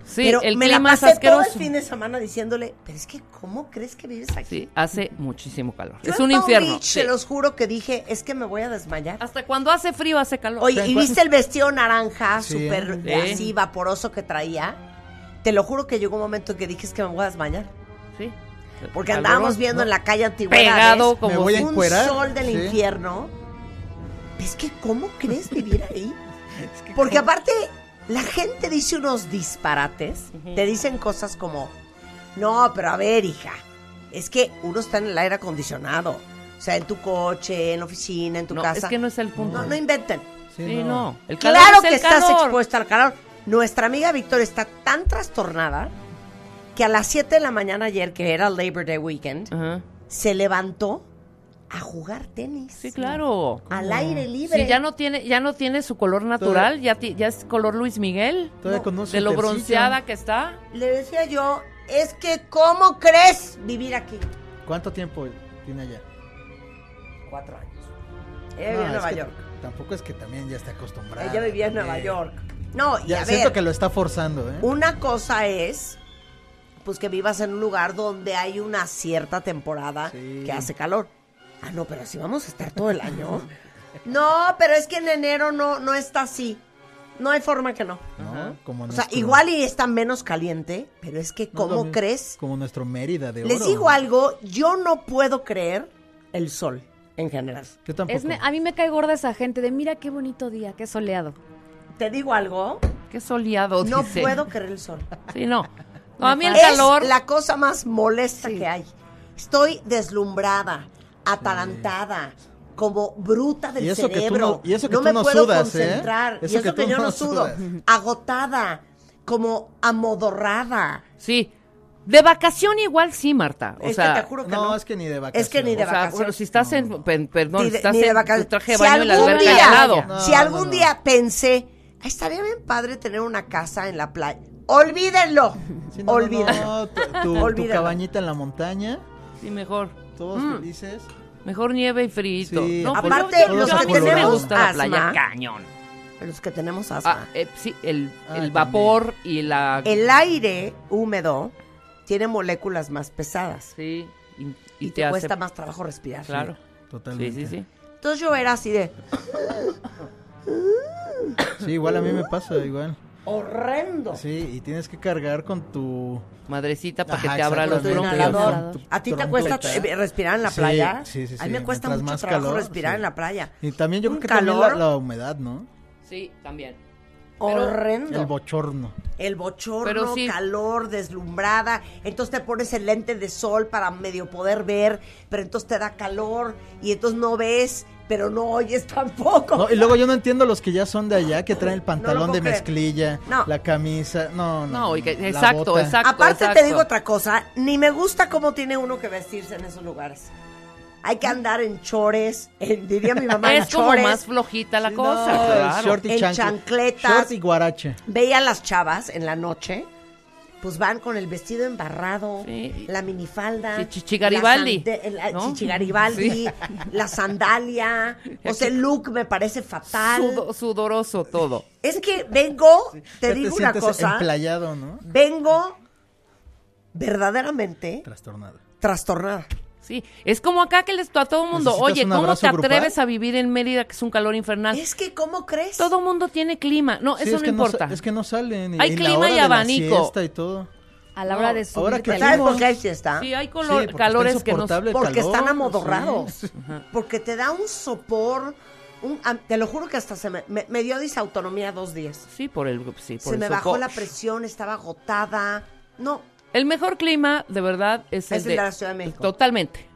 [SPEAKER 2] Sí,
[SPEAKER 5] pero
[SPEAKER 2] el
[SPEAKER 5] me
[SPEAKER 2] clima
[SPEAKER 5] la
[SPEAKER 2] es
[SPEAKER 5] pasé todo el
[SPEAKER 2] asqueroso.
[SPEAKER 5] fin de semana diciéndole, pero es que ¿cómo crees que vives aquí?
[SPEAKER 2] Sí, hace muchísimo calor.
[SPEAKER 5] Yo
[SPEAKER 2] es
[SPEAKER 5] en
[SPEAKER 2] un
[SPEAKER 5] Palm
[SPEAKER 2] infierno.
[SPEAKER 5] Beach,
[SPEAKER 2] Sí.
[SPEAKER 5] Se los juro que dije, es que me voy a desmayar.
[SPEAKER 2] Hasta cuando hace frío hace calor.
[SPEAKER 5] Oye,
[SPEAKER 3] ¿en
[SPEAKER 5] ¿y
[SPEAKER 3] cuál-
[SPEAKER 5] viste el vestido naranja,
[SPEAKER 3] Sí.
[SPEAKER 5] súper
[SPEAKER 2] Sí.
[SPEAKER 5] así vaporoso que traía? Te lo juro que llegó un momento que dije, es que me voy a desmayar.
[SPEAKER 2] Sí.
[SPEAKER 5] Porque
[SPEAKER 2] Calor,
[SPEAKER 5] andábamos
[SPEAKER 2] ¿no?
[SPEAKER 5] viendo en la calle antigüedades.
[SPEAKER 2] pegado como
[SPEAKER 3] Me voy a
[SPEAKER 5] un
[SPEAKER 3] encuerar.
[SPEAKER 5] sol del
[SPEAKER 3] Sí.
[SPEAKER 5] infierno. Es que, ¿cómo crees vivir ahí? Porque aparte, la gente dice unos disparates. Te dicen cosas como, no, pero a ver, hija, es que uno está en el aire acondicionado. O sea, en tu coche, en la oficina, en tu
[SPEAKER 2] no,
[SPEAKER 5] casa.
[SPEAKER 2] es que no es el punto.
[SPEAKER 5] no, no inventen.
[SPEAKER 3] Sí,
[SPEAKER 2] Sí,
[SPEAKER 3] no.
[SPEAKER 2] no. El calor
[SPEAKER 5] Claro
[SPEAKER 2] es el
[SPEAKER 5] que estás
[SPEAKER 2] calor.
[SPEAKER 5] expuesta al calor. Nuestra amiga Victoria está tan trastornada que a las 7 de la mañana ayer, que era Labor Day Weekend,
[SPEAKER 2] Ajá.
[SPEAKER 5] se levantó a jugar tenis.
[SPEAKER 2] Sí, claro.
[SPEAKER 5] Al aire libre.
[SPEAKER 2] Si ya no tiene, ya no tiene su color natural, ya, ti- ya es color Luis Miguel.
[SPEAKER 3] Todavía
[SPEAKER 5] No,
[SPEAKER 3] con un
[SPEAKER 2] De lo
[SPEAKER 3] suétercillo.
[SPEAKER 2] bronceada que está.
[SPEAKER 5] Le decía yo, es que ¿cómo crees vivir aquí?
[SPEAKER 3] ¿Cuánto tiempo tiene allá?
[SPEAKER 5] Cuatro años.
[SPEAKER 3] No,
[SPEAKER 5] Ella vivía en
[SPEAKER 3] es
[SPEAKER 5] Nueva
[SPEAKER 3] que
[SPEAKER 5] York.
[SPEAKER 3] Tampoco es que también ya está acostumbrada.
[SPEAKER 5] Ella vivía en
[SPEAKER 3] también.
[SPEAKER 5] Nueva York. No, y
[SPEAKER 3] Ya
[SPEAKER 5] a
[SPEAKER 3] siento
[SPEAKER 5] ver,
[SPEAKER 3] que lo está forzando, ¿eh?
[SPEAKER 5] una cosa es pues que vivas en un lugar donde hay una cierta temporada
[SPEAKER 3] Sí.
[SPEAKER 5] que hace calor. Ah, no, pero si vamos a estar todo el año. no, pero es que en enero no, no está así. No hay forma que no.
[SPEAKER 3] ¿no? Como
[SPEAKER 5] O sea,
[SPEAKER 3] nuestro-
[SPEAKER 5] igual y está menos caliente, pero es que
[SPEAKER 3] no es lo
[SPEAKER 5] ¿cómo
[SPEAKER 3] mismo,
[SPEAKER 5] crees?
[SPEAKER 3] Como nuestro Mérida de
[SPEAKER 5] Les
[SPEAKER 3] oro.
[SPEAKER 5] digo algo, yo no puedo creer el sol en general.
[SPEAKER 3] Yo tampoco.
[SPEAKER 4] Es me- a mí me cae gorda esa gente de mira qué bonito día, qué soleado.
[SPEAKER 5] Te digo algo,
[SPEAKER 2] Qué soleado.
[SPEAKER 5] no
[SPEAKER 2] dice.
[SPEAKER 5] puedo creer el sol.
[SPEAKER 2] Sí, no. No, a mí el
[SPEAKER 5] es
[SPEAKER 2] calor.
[SPEAKER 5] la cosa más molesta que hay. Estoy deslumbrada, atalantada, como bruta del
[SPEAKER 3] Y eso que tú
[SPEAKER 5] cerebro.
[SPEAKER 3] no- y eso que
[SPEAKER 5] no
[SPEAKER 3] tú
[SPEAKER 5] me
[SPEAKER 3] no
[SPEAKER 5] puedo
[SPEAKER 3] sudas, ¿eh?
[SPEAKER 5] concentrar. y eso que,
[SPEAKER 3] tú
[SPEAKER 5] yo no
[SPEAKER 3] no
[SPEAKER 5] sudo.
[SPEAKER 3] sudas.
[SPEAKER 5] Agotada, como amodorrada.
[SPEAKER 2] Sí. De vacación igual sí, Marta. O
[SPEAKER 5] es
[SPEAKER 2] sea,
[SPEAKER 5] que te juro que no.
[SPEAKER 3] No, es que ni de vacaciones.
[SPEAKER 5] Es que ni de
[SPEAKER 2] o sea,
[SPEAKER 5] vacaciones.
[SPEAKER 2] bueno, si estás en, pen- perdón,
[SPEAKER 5] Ni de-
[SPEAKER 2] estás
[SPEAKER 5] ni de
[SPEAKER 2] en
[SPEAKER 5] vaca-
[SPEAKER 2] tu traje de
[SPEAKER 5] Si
[SPEAKER 2] baño en la
[SPEAKER 5] algún
[SPEAKER 2] alberca
[SPEAKER 5] día-
[SPEAKER 2] helado.
[SPEAKER 3] No,
[SPEAKER 5] si algún
[SPEAKER 3] no.
[SPEAKER 5] día pensé, "Ay, estaría bien padre tener una casa en la playa. Olvídenlo.
[SPEAKER 3] Sí, no, no,
[SPEAKER 5] Olvídenlo.
[SPEAKER 3] no, tu, tu- tu
[SPEAKER 5] Olvídalo.
[SPEAKER 3] cabañita en la montaña,
[SPEAKER 2] Sí, mejor.
[SPEAKER 3] todos
[SPEAKER 2] Mm.
[SPEAKER 3] felices.
[SPEAKER 2] Mejor nieve y frío.
[SPEAKER 3] Sí.
[SPEAKER 5] Aparte, los
[SPEAKER 2] a
[SPEAKER 5] que
[SPEAKER 2] mí sí me
[SPEAKER 5] tenemos
[SPEAKER 2] gusta la
[SPEAKER 5] asma.
[SPEAKER 2] playa cañón.
[SPEAKER 5] Los que tenemos
[SPEAKER 2] Ah,
[SPEAKER 5] asma.
[SPEAKER 2] eh, sí, el,
[SPEAKER 3] Ah,
[SPEAKER 2] el
[SPEAKER 3] también.
[SPEAKER 2] vapor y la...
[SPEAKER 5] El aire húmedo tiene moléculas más pesadas
[SPEAKER 2] Sí, y, y
[SPEAKER 5] y, te,
[SPEAKER 2] hace-
[SPEAKER 5] cuesta más trabajo respirar.
[SPEAKER 2] Claro. Sí,
[SPEAKER 3] Totalmente.
[SPEAKER 2] sí, sí.
[SPEAKER 5] Entonces yo era así de
[SPEAKER 3] Sí, igual a mí me pasa, igual.
[SPEAKER 5] horrendo.
[SPEAKER 3] Sí, y tienes que cargar con tu.
[SPEAKER 2] Madrecita para que
[SPEAKER 3] Ajá,
[SPEAKER 2] te abra los
[SPEAKER 5] Tu
[SPEAKER 3] exactamente,
[SPEAKER 2] bronquios.
[SPEAKER 3] con
[SPEAKER 5] inhalador.
[SPEAKER 3] tu
[SPEAKER 5] ¿A ti te
[SPEAKER 3] trompeta.
[SPEAKER 5] cuesta eh, respirar en la
[SPEAKER 3] Sí,
[SPEAKER 5] playa?
[SPEAKER 3] sí, sí,
[SPEAKER 5] A mí
[SPEAKER 3] sí.
[SPEAKER 5] me cuesta
[SPEAKER 3] Mientras
[SPEAKER 5] mucho
[SPEAKER 3] más
[SPEAKER 5] trabajo
[SPEAKER 3] calor,
[SPEAKER 5] respirar
[SPEAKER 3] sí.
[SPEAKER 5] en la playa.
[SPEAKER 3] Y también yo
[SPEAKER 5] Un
[SPEAKER 3] creo que también la,
[SPEAKER 5] calor.
[SPEAKER 3] la humedad, ¿no?
[SPEAKER 2] Sí, también.
[SPEAKER 5] horrendo.
[SPEAKER 3] El bochorno.
[SPEAKER 5] El bochorno,
[SPEAKER 2] Pero sí.
[SPEAKER 5] calor, deslumbrada. Entonces te pones el lente de sol para medio poder ver, pero entonces te da calor y entonces no ves, pero no oyes tampoco.
[SPEAKER 3] No, y luego yo no entiendo los que ya son de allá, que traen el pantalón
[SPEAKER 5] puedo
[SPEAKER 3] de
[SPEAKER 5] creer.
[SPEAKER 3] mezclilla,
[SPEAKER 5] No.
[SPEAKER 3] la camisa. No, no.
[SPEAKER 2] No, y que-
[SPEAKER 3] la
[SPEAKER 2] exacto,
[SPEAKER 3] bota.
[SPEAKER 2] exacto.
[SPEAKER 5] Aparte
[SPEAKER 2] exacto.
[SPEAKER 5] te digo otra cosa, ni me gusta cómo tiene uno que vestirse en esos lugares. Hay que andar en chores, en- diría mi mamá, en
[SPEAKER 2] Es como
[SPEAKER 5] chores.
[SPEAKER 2] más flojita la
[SPEAKER 3] Sí,
[SPEAKER 2] cosa,
[SPEAKER 3] no,
[SPEAKER 2] claro.
[SPEAKER 3] Short y
[SPEAKER 5] En
[SPEAKER 3] chancla-
[SPEAKER 5] chancletas.
[SPEAKER 3] Short y guarache.
[SPEAKER 5] Veía a las chavas en la noche, pues van con el vestido embarrado,
[SPEAKER 2] Sí.
[SPEAKER 5] la minifalda,
[SPEAKER 2] Sí, Chichigaribaldi,
[SPEAKER 5] la, sande- el- la-
[SPEAKER 2] ¿no?
[SPEAKER 5] chichigaribaldi,
[SPEAKER 2] Sí.
[SPEAKER 5] la sandalia, o sea, el look me parece fatal.
[SPEAKER 2] Sudo- sudoroso todo.
[SPEAKER 5] Es que vengo, te
[SPEAKER 3] Ya
[SPEAKER 5] digo una
[SPEAKER 3] sientes
[SPEAKER 5] cosa,
[SPEAKER 3] Emplayado, ¿no?
[SPEAKER 5] vengo verdaderamente
[SPEAKER 3] Trastornado.
[SPEAKER 5] trastornada.
[SPEAKER 2] Sí, es como acá que les a todo el mundo,
[SPEAKER 3] ¿Necesitas
[SPEAKER 2] oye,
[SPEAKER 3] un
[SPEAKER 2] ¿cómo
[SPEAKER 3] abrazo
[SPEAKER 2] te atreves
[SPEAKER 3] grupal?
[SPEAKER 2] a vivir en Mérida que es un calor infernal?
[SPEAKER 5] Es que, ¿cómo crees?
[SPEAKER 2] Ah. Todo mundo tiene clima. No,
[SPEAKER 3] Sí,
[SPEAKER 2] eso no
[SPEAKER 3] es que sa-
[SPEAKER 2] importa.
[SPEAKER 3] es que no salen. y-
[SPEAKER 2] Hay
[SPEAKER 3] y la
[SPEAKER 2] clima
[SPEAKER 3] hora
[SPEAKER 2] y
[SPEAKER 3] de la
[SPEAKER 2] abanico.
[SPEAKER 3] siesta y todo.
[SPEAKER 4] a la hora
[SPEAKER 2] No,
[SPEAKER 4] de subir.
[SPEAKER 3] ahora que
[SPEAKER 5] ¿Sabes por
[SPEAKER 3] Salimos.
[SPEAKER 5] qué hay fiesta?
[SPEAKER 2] Sí, hay
[SPEAKER 3] Sí,
[SPEAKER 2] color,
[SPEAKER 3] porque está
[SPEAKER 2] calores que nos...
[SPEAKER 3] insoportable el
[SPEAKER 5] Porque
[SPEAKER 3] calor,
[SPEAKER 5] están
[SPEAKER 3] sí.
[SPEAKER 5] amodorrados.
[SPEAKER 2] Ajá.
[SPEAKER 5] Porque te da un sopor. Un, a- te lo juro que hasta se me, me- me dio disautonomía dos días.
[SPEAKER 2] Sí, por el... Sí, por
[SPEAKER 5] Se
[SPEAKER 2] el
[SPEAKER 5] me bajó
[SPEAKER 2] sopor.
[SPEAKER 5] la presión, estaba agotada. No,
[SPEAKER 2] El mejor clima, de verdad, es,
[SPEAKER 5] Es el de la Ciudad de México.
[SPEAKER 2] Totalmente.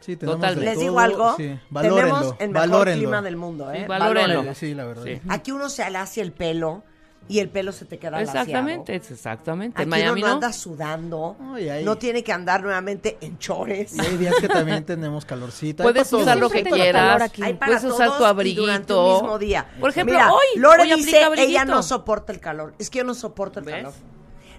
[SPEAKER 3] Sí, tenemos
[SPEAKER 2] Total.
[SPEAKER 3] de
[SPEAKER 5] les
[SPEAKER 3] todo,
[SPEAKER 5] digo algo.
[SPEAKER 3] sí.
[SPEAKER 5] Tenemos
[SPEAKER 3] Valórenlo,
[SPEAKER 5] el mejor
[SPEAKER 3] valórenlo.
[SPEAKER 5] clima del mundo, ¿eh?
[SPEAKER 2] Sí, valórenlo.
[SPEAKER 5] Valórenlo.
[SPEAKER 3] Sí, la verdad.
[SPEAKER 2] Sí.
[SPEAKER 5] Aquí uno se alacia el pelo y el pelo se te queda alaciado.
[SPEAKER 2] Exactamente, es exactamente.
[SPEAKER 5] Aquí
[SPEAKER 2] En Miami
[SPEAKER 5] uno no
[SPEAKER 2] no.
[SPEAKER 5] anda sudando.
[SPEAKER 3] Ay, ay.
[SPEAKER 5] No tiene que andar nuevamente en chores.
[SPEAKER 3] Y hay días que también tenemos calorcito.
[SPEAKER 2] Puedes
[SPEAKER 3] Hay pa'
[SPEAKER 2] usar lo
[SPEAKER 3] todos.
[SPEAKER 2] que
[SPEAKER 4] Siempre tengo calor
[SPEAKER 2] quieras.
[SPEAKER 4] aquí.
[SPEAKER 5] Hay para
[SPEAKER 2] Puedes usar tu
[SPEAKER 5] todos y durante un
[SPEAKER 2] abriguito.
[SPEAKER 5] mismo día.
[SPEAKER 2] Por ejemplo,
[SPEAKER 5] Mira,
[SPEAKER 2] hoy.
[SPEAKER 5] Lore
[SPEAKER 2] hoy aplica
[SPEAKER 5] dice, ella
[SPEAKER 2] abriguito.
[SPEAKER 5] no soporta el calor. Es que yo no soporto el
[SPEAKER 2] ¿Ves?
[SPEAKER 5] calor.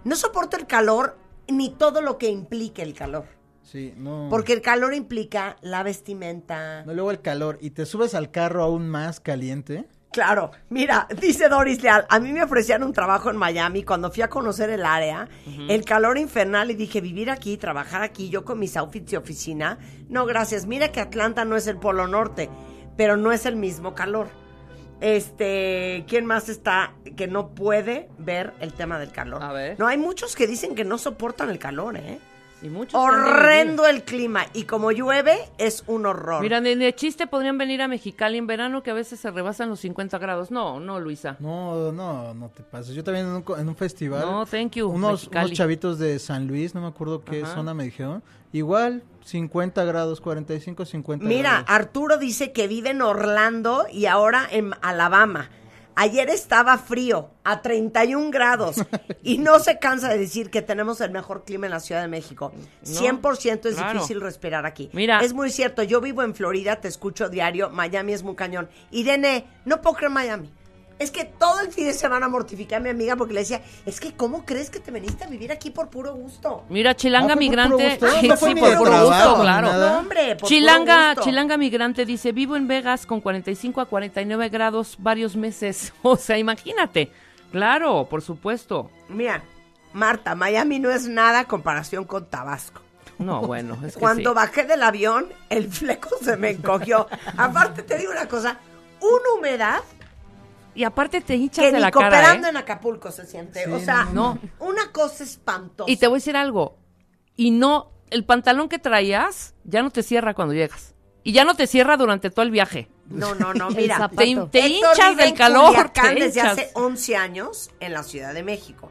[SPEAKER 5] No soporto el calor ni todo lo que implique el calor.
[SPEAKER 3] Sí,
[SPEAKER 2] Mm.
[SPEAKER 3] no.
[SPEAKER 5] Porque el calor implica la vestimenta.
[SPEAKER 3] No, luego el calor y te subes al carro aún más caliente.
[SPEAKER 5] Claro, mira, dice Doris Leal, a mí me ofrecían un trabajo en Miami cuando fui a conocer el área, el calor infernal y dije, vivir aquí, trabajar aquí, yo con mis outfits de oficina, no gracias, mira que Atlanta no es el Polo Norte, pero no es el mismo calor. Este, ¿quién más está que no puede ver el tema del calor?
[SPEAKER 2] A ver.
[SPEAKER 5] No, hay muchos que dicen que no soportan el calor, ¿eh?
[SPEAKER 2] Y muchos ¿eh?
[SPEAKER 5] Horrendo el clima y como llueve es un horror.
[SPEAKER 2] Mira, ni de chiste podrían venir a Mexicali en verano que a veces se rebasan los 50 grados. No, no, Luisa.
[SPEAKER 3] No, no, no te pases. Yo también en un, co- en un festival.
[SPEAKER 2] No, thank you,
[SPEAKER 3] Unos,
[SPEAKER 2] Mexicali.
[SPEAKER 3] unos chavitos de San Luis, no me acuerdo qué
[SPEAKER 2] Ajá.
[SPEAKER 3] zona me dijeron. Igual, 50 grados, 45, 50
[SPEAKER 5] Mira, ah,
[SPEAKER 3] grados.
[SPEAKER 5] Arturo dice que vive en Orlando y ahora en Alabama. Ayer estaba frío, a 31 grados, y no se cansa de decir que tenemos el mejor clima en la Ciudad de México. 100% es
[SPEAKER 2] claro.
[SPEAKER 5] difícil respirar aquí.
[SPEAKER 2] Mira.
[SPEAKER 5] Es muy cierto, yo vivo en Florida, te escucho diario, Miami es muy cañón. Irene, no puedo creer Miami. Es que todo el fin de semana mortifiqué a mi amiga porque le decía, es que ¿cómo crees que te viniste a vivir aquí por puro gusto?
[SPEAKER 2] Mira,
[SPEAKER 3] Ah,
[SPEAKER 2] Chilanga
[SPEAKER 3] fue por puro
[SPEAKER 2] Migrante.
[SPEAKER 3] gusto.
[SPEAKER 2] Sí,
[SPEAKER 3] No fue
[SPEAKER 2] sí,
[SPEAKER 3] ni
[SPEAKER 2] por
[SPEAKER 3] de
[SPEAKER 2] puro
[SPEAKER 3] trabajo
[SPEAKER 2] gusto,
[SPEAKER 3] ni
[SPEAKER 2] claro.
[SPEAKER 3] nada.
[SPEAKER 5] No, hombre, por puro
[SPEAKER 2] Chilanga,
[SPEAKER 5] gusto.
[SPEAKER 2] Chilanga Migrante dice, vivo en Vegas con 45 a 49 grados varios meses. O sea, imagínate. Claro, por supuesto.
[SPEAKER 5] Mira, Marta, Miami no es nada a comparación con Tabasco.
[SPEAKER 2] No, bueno, es que
[SPEAKER 5] Cuando
[SPEAKER 2] sí.
[SPEAKER 5] bajé del avión, el fleco se me encogió. Aparte, te digo una cosa, una humedad
[SPEAKER 2] Y aparte te hinchas
[SPEAKER 5] que
[SPEAKER 2] de
[SPEAKER 5] ni
[SPEAKER 2] la cara,
[SPEAKER 5] cooperando
[SPEAKER 2] ¿eh?
[SPEAKER 5] en Acapulco se siente.
[SPEAKER 3] Sí,
[SPEAKER 5] o sea,
[SPEAKER 2] no, no.
[SPEAKER 5] una cosa espantosa.
[SPEAKER 2] Y te voy a decir algo. Y no, el pantalón que traías ya no te cierra cuando llegas. Y ya no te cierra durante todo el viaje.
[SPEAKER 5] No, no, no,
[SPEAKER 4] El
[SPEAKER 5] mira.
[SPEAKER 4] zapato.
[SPEAKER 2] Te, hin- te
[SPEAKER 5] Héctor
[SPEAKER 2] hinchas
[SPEAKER 5] vive
[SPEAKER 2] del
[SPEAKER 5] en
[SPEAKER 2] calor,
[SPEAKER 5] Culiacán
[SPEAKER 2] te
[SPEAKER 5] desde
[SPEAKER 2] hinchas.
[SPEAKER 5] hace 11 años en la Ciudad de México.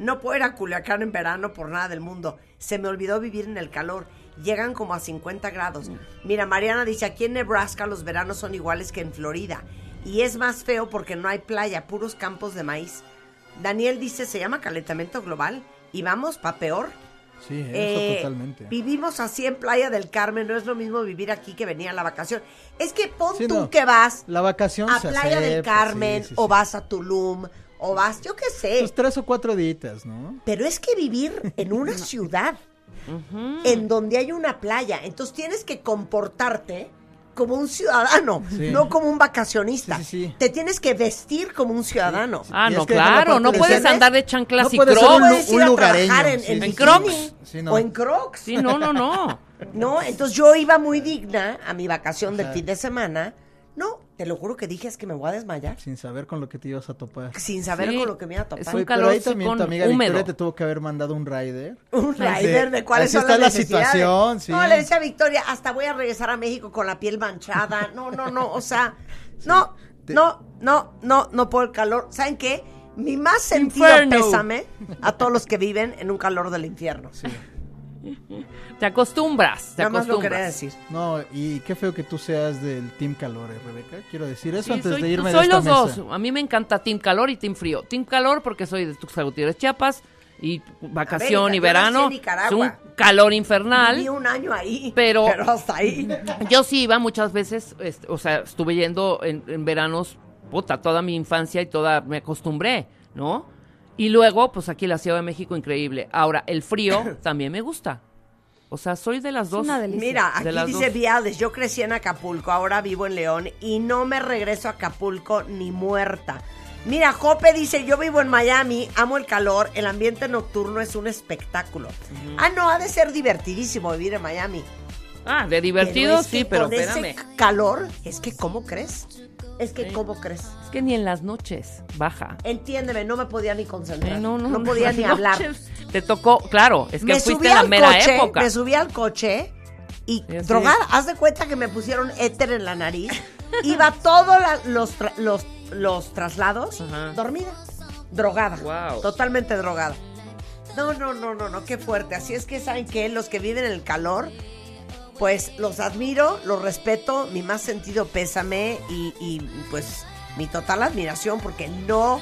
[SPEAKER 5] No puedo ir a Culiacán en verano por nada del mundo. Se me olvidó vivir en el calor. Llegan como a 50
[SPEAKER 2] Mm.
[SPEAKER 5] grados. Mira, Mariana dice, aquí en Nebraska los veranos son iguales que en Florida. Y es más feo porque no hay playa, puros campos de maíz. Daniel dice, se llama calentamiento global y vamos pa' peor.
[SPEAKER 3] Sí, eso
[SPEAKER 5] Eh,
[SPEAKER 3] totalmente.
[SPEAKER 5] Vivimos así en Playa del Carmen, no es lo mismo vivir aquí que venir a la vacación. Es que pon
[SPEAKER 3] Sí,
[SPEAKER 5] tú
[SPEAKER 3] no.
[SPEAKER 5] que vas
[SPEAKER 3] La vacación
[SPEAKER 5] a
[SPEAKER 3] se
[SPEAKER 5] Playa del
[SPEAKER 3] acerca,
[SPEAKER 5] Carmen
[SPEAKER 3] sí, sí,
[SPEAKER 5] o
[SPEAKER 3] sí. Pues
[SPEAKER 5] vas a Tulum o vas, yo qué sé.
[SPEAKER 3] Tus tres o cuatro días, ¿no?
[SPEAKER 5] Pero es que vivir en una ciudad en donde hay una playa, entonces tienes que comportarte como un ciudadano,
[SPEAKER 3] Sí.
[SPEAKER 5] no como un vacacionista.
[SPEAKER 3] Sí, sí, sí.
[SPEAKER 5] Te tienes que vestir como un ciudadano.
[SPEAKER 3] Sí,
[SPEAKER 2] Ah,
[SPEAKER 3] tienes
[SPEAKER 2] no,
[SPEAKER 3] que dejar la
[SPEAKER 2] claro,
[SPEAKER 3] parte
[SPEAKER 2] no
[SPEAKER 3] de
[SPEAKER 2] puedes
[SPEAKER 3] ser-
[SPEAKER 2] andar de chanclas y
[SPEAKER 3] puedes ser
[SPEAKER 5] No
[SPEAKER 2] crocs.
[SPEAKER 5] puedes
[SPEAKER 3] un
[SPEAKER 5] ir a
[SPEAKER 3] lugareño,
[SPEAKER 5] trabajar en,
[SPEAKER 3] sí,
[SPEAKER 5] en
[SPEAKER 3] sí,
[SPEAKER 2] sí.
[SPEAKER 5] bikini
[SPEAKER 3] Crocs. Sí, no.
[SPEAKER 5] o en crocs.
[SPEAKER 2] Sí, no, no, no.
[SPEAKER 5] No, entonces yo iba muy digna a mi vacación del
[SPEAKER 3] Ajá.
[SPEAKER 5] fin de semana. No, te lo juro que dije es que me voy a desmayar.
[SPEAKER 3] Sin saber con lo que te ibas a topar.
[SPEAKER 5] Sin saber
[SPEAKER 2] Sí.
[SPEAKER 5] con lo que me iba a topar.
[SPEAKER 2] Es un
[SPEAKER 3] Oye, pero ahí
[SPEAKER 2] calor
[SPEAKER 3] también tu
[SPEAKER 2] con
[SPEAKER 3] amiga
[SPEAKER 2] húmedo.
[SPEAKER 3] Victoria te tuvo que haber mandado un rider.
[SPEAKER 5] Un rider de cuáles
[SPEAKER 3] Así
[SPEAKER 5] son
[SPEAKER 3] está
[SPEAKER 5] las
[SPEAKER 3] la
[SPEAKER 5] necesidades.
[SPEAKER 3] situación, sí.
[SPEAKER 5] No, le decía a Victoria, hasta voy a regresar a México con la piel manchada. No, no, no, o sea, no,
[SPEAKER 3] Te-
[SPEAKER 5] no, no, no, no por el calor. ¿Saben qué? Mi más sentido
[SPEAKER 2] Inferno.
[SPEAKER 5] pésame a todos los que viven en un calor del infierno.
[SPEAKER 2] Te acostumbras, te
[SPEAKER 5] Nada más lo
[SPEAKER 2] acostumbras.
[SPEAKER 5] quería decir.
[SPEAKER 3] No, y qué feo que tú seas del Team Calor, eh, Rebeca. Quiero decir eso
[SPEAKER 2] Sí,
[SPEAKER 3] antes
[SPEAKER 2] soy,
[SPEAKER 3] de irme
[SPEAKER 2] soy
[SPEAKER 3] de esta
[SPEAKER 2] los
[SPEAKER 3] mesa.
[SPEAKER 2] dos. A mí me encanta Team Calor y Team Frío. Team Calor porque soy de Tuxtla Gutiérrez, Chiapas y vacación
[SPEAKER 5] América,
[SPEAKER 2] y
[SPEAKER 5] yo nací en
[SPEAKER 2] verano. Es
[SPEAKER 5] Nicaragua.
[SPEAKER 2] un calor infernal.
[SPEAKER 5] Viví un año ahí,
[SPEAKER 2] Pero-
[SPEAKER 5] pero hasta ahí.
[SPEAKER 2] Yo sí iba muchas veces, este, o sea, estuve yendo en, en veranos, puta, toda mi infancia y toda, me acostumbré, ¿no? Y luego, pues aquí la Ciudad de México, increíble. Ahora, el frío también me gusta. O sea, soy de las dos.
[SPEAKER 4] una delicia.
[SPEAKER 5] Mira,
[SPEAKER 2] De
[SPEAKER 5] aquí
[SPEAKER 2] las
[SPEAKER 5] dice
[SPEAKER 2] dos.
[SPEAKER 5] Viales, yo crecí en Acapulco, ahora vivo en León y no me regreso a Acapulco ni muerta. Mira, Jope dice, yo vivo en Miami, amo el calor, el ambiente nocturno es un espectáculo. Ah, no, ha de ser divertidísimo vivir en Miami.
[SPEAKER 2] Ah, de divertido,
[SPEAKER 5] es que
[SPEAKER 2] sí, pero
[SPEAKER 5] con
[SPEAKER 2] espérame.
[SPEAKER 5] ese calor, es que ¿cómo crees? Es que, ¿cómo crees?
[SPEAKER 2] Es que ni en las noches baja.
[SPEAKER 5] Entiéndeme, no me podía ni concentrar.
[SPEAKER 2] Eh,
[SPEAKER 5] no,
[SPEAKER 2] no, no, en
[SPEAKER 5] podía
[SPEAKER 2] las
[SPEAKER 5] ni hablar.
[SPEAKER 2] noches. Te tocó, claro, es que fuiste a la
[SPEAKER 5] al
[SPEAKER 2] mera
[SPEAKER 5] coche,
[SPEAKER 2] época.
[SPEAKER 5] Me subí al coche y
[SPEAKER 2] Sí, así
[SPEAKER 5] drogada. Haz de cuenta que me pusieron éter en la nariz. Iba todos la- los, tra- los, los traslados
[SPEAKER 2] Ajá.
[SPEAKER 5] dormida, drogada.
[SPEAKER 2] Guau.
[SPEAKER 5] Totalmente drogada. No, no, no, no, no, qué fuerte. Así es que, ¿saben que Los que viven el calor, pues los admiro, los respeto, mi más sentido pésame y, y, pues mi total admiración porque no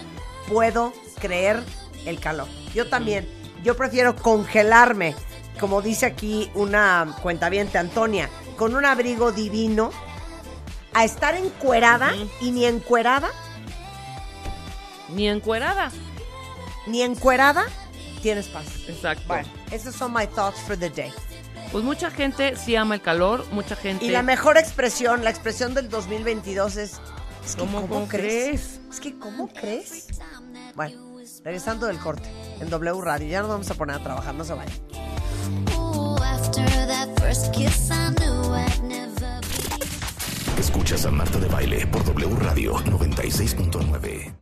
[SPEAKER 5] puedo creer el calor. Yo también, yo prefiero congelarme, como dice aquí una cuentaviente Antonia, con un abrigo divino, a estar encuerada y ni encuerada,
[SPEAKER 2] Ni encuerada.
[SPEAKER 5] ni encuerada tienes paz.
[SPEAKER 2] Exacto.
[SPEAKER 5] Bueno, esos son my thoughts for the day.
[SPEAKER 2] Pues mucha gente sí ama el calor, mucha gente.
[SPEAKER 5] Y la mejor expresión, la expresión del 2022 es, es que, ¿cómo,
[SPEAKER 2] ¿Cómo- cómo
[SPEAKER 5] crees?
[SPEAKER 2] crees?
[SPEAKER 5] Es que ¿cómo crees? Bueno, regresando del corte en W Radio, ya nos vamos a poner a trabajar, no se vayan.
[SPEAKER 6] After that first kiss, I knew I'd never be.
[SPEAKER 1] Escuchas a Marta de Baile por W Radio 96.9.